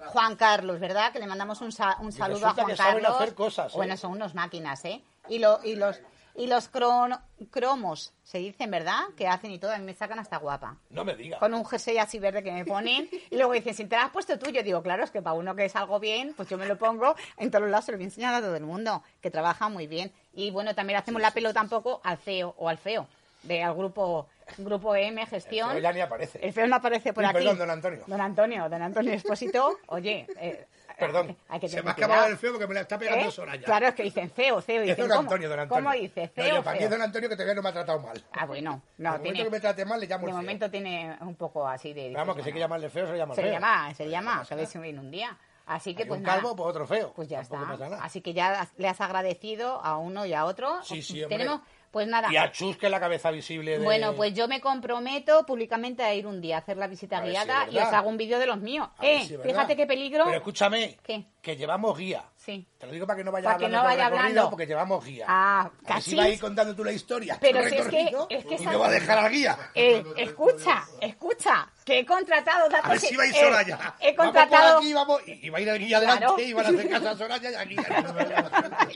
[SPEAKER 3] Juan Carlos, ¿verdad? Que le mandamos un, sa- un saludo a
[SPEAKER 5] resulta
[SPEAKER 3] Juan
[SPEAKER 5] que saben
[SPEAKER 3] Carlos.
[SPEAKER 5] hacer cosas, ¿eh?
[SPEAKER 3] Bueno, son unos máquinas, ¿eh? Y, lo, y los, y los crono- cromos, se dicen, ¿verdad? Que hacen y todo, a mí me sacan hasta guapa.
[SPEAKER 5] No me digas.
[SPEAKER 3] Con un jersey así verde que me ponen. Y luego dicen, si te lo has puesto tú, yo digo, claro, es que para uno que es algo bien, pues yo me lo pongo. En todos los lados se lo voy a enseñar a todo el mundo, que trabaja muy bien. Y bueno, también hacemos la pelota un poco al CEO o al feo, de, al grupo, grupo M, gestión.
[SPEAKER 5] Pero ya ni aparece.
[SPEAKER 3] El feo no aparece por
[SPEAKER 5] Uy,
[SPEAKER 3] aquí.
[SPEAKER 5] perdón, don Antonio.
[SPEAKER 3] Don Antonio, don Antonio Expósito. Oye, eh,
[SPEAKER 5] Perdón.
[SPEAKER 3] hay que
[SPEAKER 5] se
[SPEAKER 3] tener
[SPEAKER 5] me ha acabado
[SPEAKER 3] cuidado.
[SPEAKER 5] el feo porque me la está pegando
[SPEAKER 3] ¿Eh?
[SPEAKER 5] Soraya.
[SPEAKER 3] Claro, es que dicen feo, feo. y
[SPEAKER 5] Es
[SPEAKER 3] Dicen,
[SPEAKER 5] don
[SPEAKER 3] ¿cómo?
[SPEAKER 5] Antonio, don Antonio.
[SPEAKER 3] ¿Cómo dice?
[SPEAKER 5] No,
[SPEAKER 3] Feo,
[SPEAKER 5] yo, para mí
[SPEAKER 3] feo.
[SPEAKER 5] es don Antonio que todavía no me ha tratado mal.
[SPEAKER 3] Ah, bueno.
[SPEAKER 5] No,
[SPEAKER 3] No,
[SPEAKER 5] el momento
[SPEAKER 3] tiene,
[SPEAKER 5] que me trate mal le llamo
[SPEAKER 3] de
[SPEAKER 5] el feo.
[SPEAKER 3] momento tiene un poco así de...
[SPEAKER 5] Pero Vamos, que
[SPEAKER 3] dices,
[SPEAKER 5] sé que
[SPEAKER 3] bueno,
[SPEAKER 5] llamarle feo se le llama
[SPEAKER 3] se
[SPEAKER 5] feo.
[SPEAKER 3] llama, se llama,
[SPEAKER 5] pasa
[SPEAKER 3] se ve si viene un día. Así que
[SPEAKER 5] Hay
[SPEAKER 3] pues
[SPEAKER 5] un
[SPEAKER 3] nada,
[SPEAKER 5] calvo, pues otro feo.
[SPEAKER 3] pues ya está.
[SPEAKER 5] Tampoco pasa nada.
[SPEAKER 3] Así que ya le has agradecido a uno y a otro.
[SPEAKER 5] Sí, sí, hombre.
[SPEAKER 3] Tenemos, pues nada.
[SPEAKER 5] Y a Chus, que es la cabeza visible de...
[SPEAKER 3] Bueno, pues yo me comprometo públicamente a ir un día a hacer la visita
[SPEAKER 5] A ver si es
[SPEAKER 3] guiada y
[SPEAKER 5] verdad.
[SPEAKER 3] os hago un vídeo de los míos.
[SPEAKER 5] A ver
[SPEAKER 3] Eh,
[SPEAKER 5] si es verdad.
[SPEAKER 3] fíjate qué peligro.
[SPEAKER 5] Pero escúchame,
[SPEAKER 3] ¿Qué?
[SPEAKER 5] que llevamos guía.
[SPEAKER 3] Sí.
[SPEAKER 5] Te lo digo para que no vaya
[SPEAKER 3] Para que
[SPEAKER 5] hablando
[SPEAKER 3] no
[SPEAKER 5] por
[SPEAKER 3] vaya
[SPEAKER 5] recorrido,
[SPEAKER 3] hablando.
[SPEAKER 5] porque llevamos guía.
[SPEAKER 3] Ah,
[SPEAKER 5] Así
[SPEAKER 3] cachis.
[SPEAKER 5] va a ir contando tú la historia.
[SPEAKER 3] Pero
[SPEAKER 5] tu
[SPEAKER 3] si es que-
[SPEAKER 5] recorrido,
[SPEAKER 3] es que
[SPEAKER 5] y
[SPEAKER 3] esa-
[SPEAKER 5] me va a dejar al guía.
[SPEAKER 3] Eh, escucha, escucha, que he contratado datos.
[SPEAKER 5] A ver si va a ir
[SPEAKER 3] eh,
[SPEAKER 5] Soraya.
[SPEAKER 3] he
[SPEAKER 5] Vamos
[SPEAKER 3] contratado.
[SPEAKER 5] por aquí, vamos, y, y va a ir el guía delante,
[SPEAKER 3] Claro.
[SPEAKER 5] y van a hacer casa a Soraya y aquí.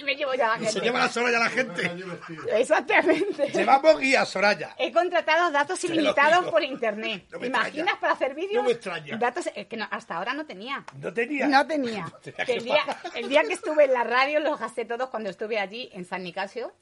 [SPEAKER 3] me llevo ya la
[SPEAKER 5] Y se
[SPEAKER 3] gente.
[SPEAKER 5] lleva la Soraya la
[SPEAKER 2] Venga,
[SPEAKER 5] gente.
[SPEAKER 2] yo vestido.
[SPEAKER 3] Exactamente.
[SPEAKER 5] Llevamos guía, Soraya.
[SPEAKER 3] He contratado datos
[SPEAKER 5] lo
[SPEAKER 3] ilimitados
[SPEAKER 5] digo.
[SPEAKER 3] por internet.
[SPEAKER 5] No me
[SPEAKER 3] ¿Te imaginas
[SPEAKER 5] extraña.
[SPEAKER 3] para hacer vídeos?
[SPEAKER 5] No me extraña.
[SPEAKER 3] Datos eh, que no- hasta ahora no tenía.
[SPEAKER 5] No tenía.
[SPEAKER 3] No tenía.
[SPEAKER 5] Tenía
[SPEAKER 3] Que
[SPEAKER 5] que
[SPEAKER 3] el, día,
[SPEAKER 5] pagar.
[SPEAKER 3] el día que estuve en la radio los gasté todos cuando estuve allí en San Nicasio,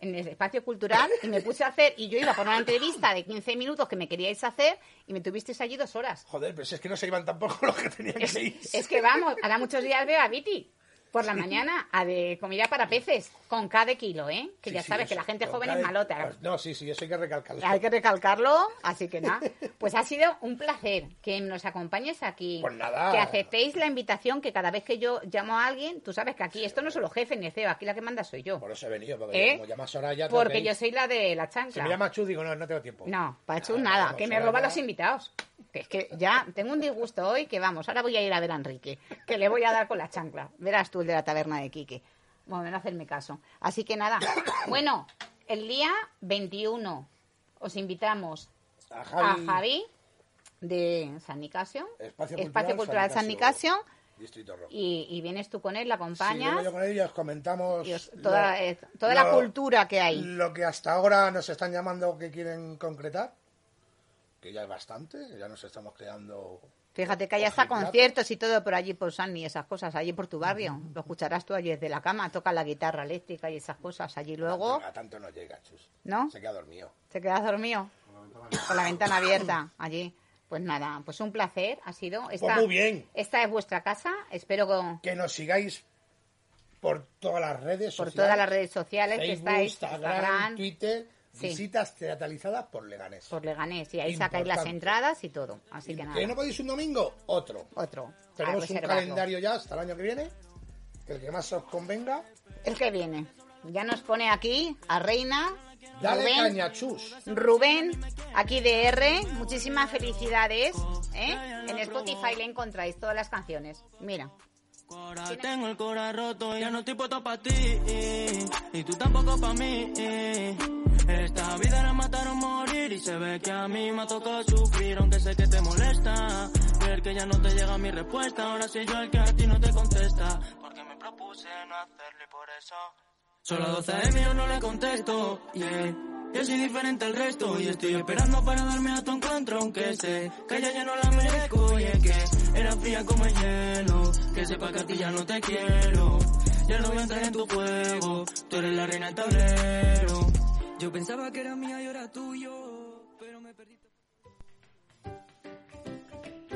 [SPEAKER 3] en el espacio cultural, y me puse a hacer, y yo iba por una entrevista de 15 minutos que me queríais hacer, y me tuvisteis allí dos horas.
[SPEAKER 5] Joder, pero si es que no se iban tampoco los que tenían que ir.
[SPEAKER 3] Es que vamos, ahora muchos días veo a Viti. Por la mañana, a de comida para peces, con cada kilo, ¿eh? Que
[SPEAKER 5] Sí,
[SPEAKER 3] ya
[SPEAKER 5] sí,
[SPEAKER 3] sabes que
[SPEAKER 5] eso,
[SPEAKER 3] la gente
[SPEAKER 5] pero
[SPEAKER 3] joven
[SPEAKER 5] cada-
[SPEAKER 3] es malota.
[SPEAKER 5] No, sí, sí, eso hay que recalcarlo.
[SPEAKER 3] Hay que recalcarlo, así que nada. Pues ha sido un placer que nos acompañes aquí.
[SPEAKER 5] Pues nada.
[SPEAKER 3] Que aceptéis la invitación que cada vez que yo llamo a alguien, tú sabes que aquí esto no son los jefes ni el CEO, aquí la que manda soy yo.
[SPEAKER 5] Por eso he venido, porque
[SPEAKER 3] ¿Eh?
[SPEAKER 5] como llamas ahora ya... tengo
[SPEAKER 3] Porque
[SPEAKER 5] que
[SPEAKER 3] yo
[SPEAKER 5] ir.
[SPEAKER 3] soy la de la chancla.
[SPEAKER 5] Si me llamas Chu, digo, no, no tengo tiempo.
[SPEAKER 3] No, Pachu,
[SPEAKER 5] Ah,
[SPEAKER 3] nada,
[SPEAKER 5] vamos,
[SPEAKER 3] que me
[SPEAKER 5] ahora
[SPEAKER 3] roba
[SPEAKER 5] ya.
[SPEAKER 3] los invitados. Que es que ya tengo un disgusto hoy que vamos, ahora voy a ir a ver a Enrique, que le voy a dar con la chancla. Verás tú el de la taberna de Quique. Bueno, no hacerme caso. Así que nada, bueno, el día 21 os invitamos
[SPEAKER 5] A Javi,
[SPEAKER 3] a Javi de San Nicasio,
[SPEAKER 5] Espacio Cultural,
[SPEAKER 3] Cultural
[SPEAKER 5] San
[SPEAKER 3] San Nicasio,
[SPEAKER 5] Distrito Rojo.
[SPEAKER 3] y, y vienes tú con él, la
[SPEAKER 5] Sí, luego
[SPEAKER 3] acompañas,
[SPEAKER 5] yo con ellos comentamos
[SPEAKER 3] y os-
[SPEAKER 5] lo-
[SPEAKER 3] toda, eh, toda la
[SPEAKER 5] lo-
[SPEAKER 3] cultura que hay.
[SPEAKER 5] Lo que hasta ahora nos están llamando que quieren concretar, que ya es bastante, ya nos estamos creando.
[SPEAKER 3] Fíjate que hay hasta
[SPEAKER 5] Ojiblat.
[SPEAKER 3] conciertos y todo por allí por San y esas cosas, allí por tu barrio.
[SPEAKER 5] Mm.
[SPEAKER 3] Lo escucharás tú allí desde la cama, toca la guitarra eléctrica y esas cosas. Allí luego,
[SPEAKER 5] A tanto no llega, chus.
[SPEAKER 3] ¿no?
[SPEAKER 5] Se queda dormido.
[SPEAKER 3] Te quedas dormido
[SPEAKER 2] Con la ventana abierta.
[SPEAKER 3] con la ventana abierta allí. Pues nada, pues un placer ha sido. Esta,
[SPEAKER 5] Pues muy bien.
[SPEAKER 3] Esta es vuestra casa, espero que
[SPEAKER 5] Que nos sigáis por todas las redes
[SPEAKER 3] por
[SPEAKER 5] sociales.
[SPEAKER 3] todas las redes sociales
[SPEAKER 5] Facebook,
[SPEAKER 3] que estáis,
[SPEAKER 5] Instagram, Twitter,
[SPEAKER 3] Sí.
[SPEAKER 5] visitas teatralizadas por Leganés.
[SPEAKER 3] por Leganés, y ahí sacáis las
[SPEAKER 5] Importante.
[SPEAKER 3] entradas y todo. Así que
[SPEAKER 5] Que
[SPEAKER 3] nada,
[SPEAKER 5] no podéis un domingo, otro.
[SPEAKER 3] otro. a
[SPEAKER 5] Tenemos un
[SPEAKER 3] reservarlo.
[SPEAKER 5] calendario ya hasta el año que viene, que el que más os convenga.
[SPEAKER 3] El que viene. Ya nos pone aquí a Reina.
[SPEAKER 5] Dale
[SPEAKER 3] Rubén,
[SPEAKER 5] caña, chus.
[SPEAKER 3] Rubén, aquí de R, muchísimas felicidades. ¿eh? En Spotify le encontráis todas las canciones. Mira.
[SPEAKER 1] Ahora tengo el corazón roto, ya no estoy puesto para ti. Y tú tampoco para mí. Esta vida era matar o morir. Y se ve que a mí me ha tocado sufrir, aunque sé que te molesta. Ver que ya no te llega mi respuesta. Ahora soy yo el que a ti no te contesta. Porque me propuse no hacerlo y por eso. Solo 12 de mí yo no le contesto. Yeah. Yo soy diferente al resto y estoy esperando para darme a tu encuentro, aunque sé que ya, ya no la merezco y es que era fría como el hielo, que sepa que a ti ya no te quiero, ya no voy a entrar en tu juego, tú eres la reina del tablero, yo pensaba que era mía y ahora tuyo, pero me perdí.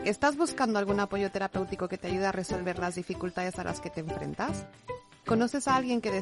[SPEAKER 4] ¿Estás buscando algún apoyo terapéutico que te ayude a resolver las dificultades a las que te enfrentas? ¿Conoces a alguien que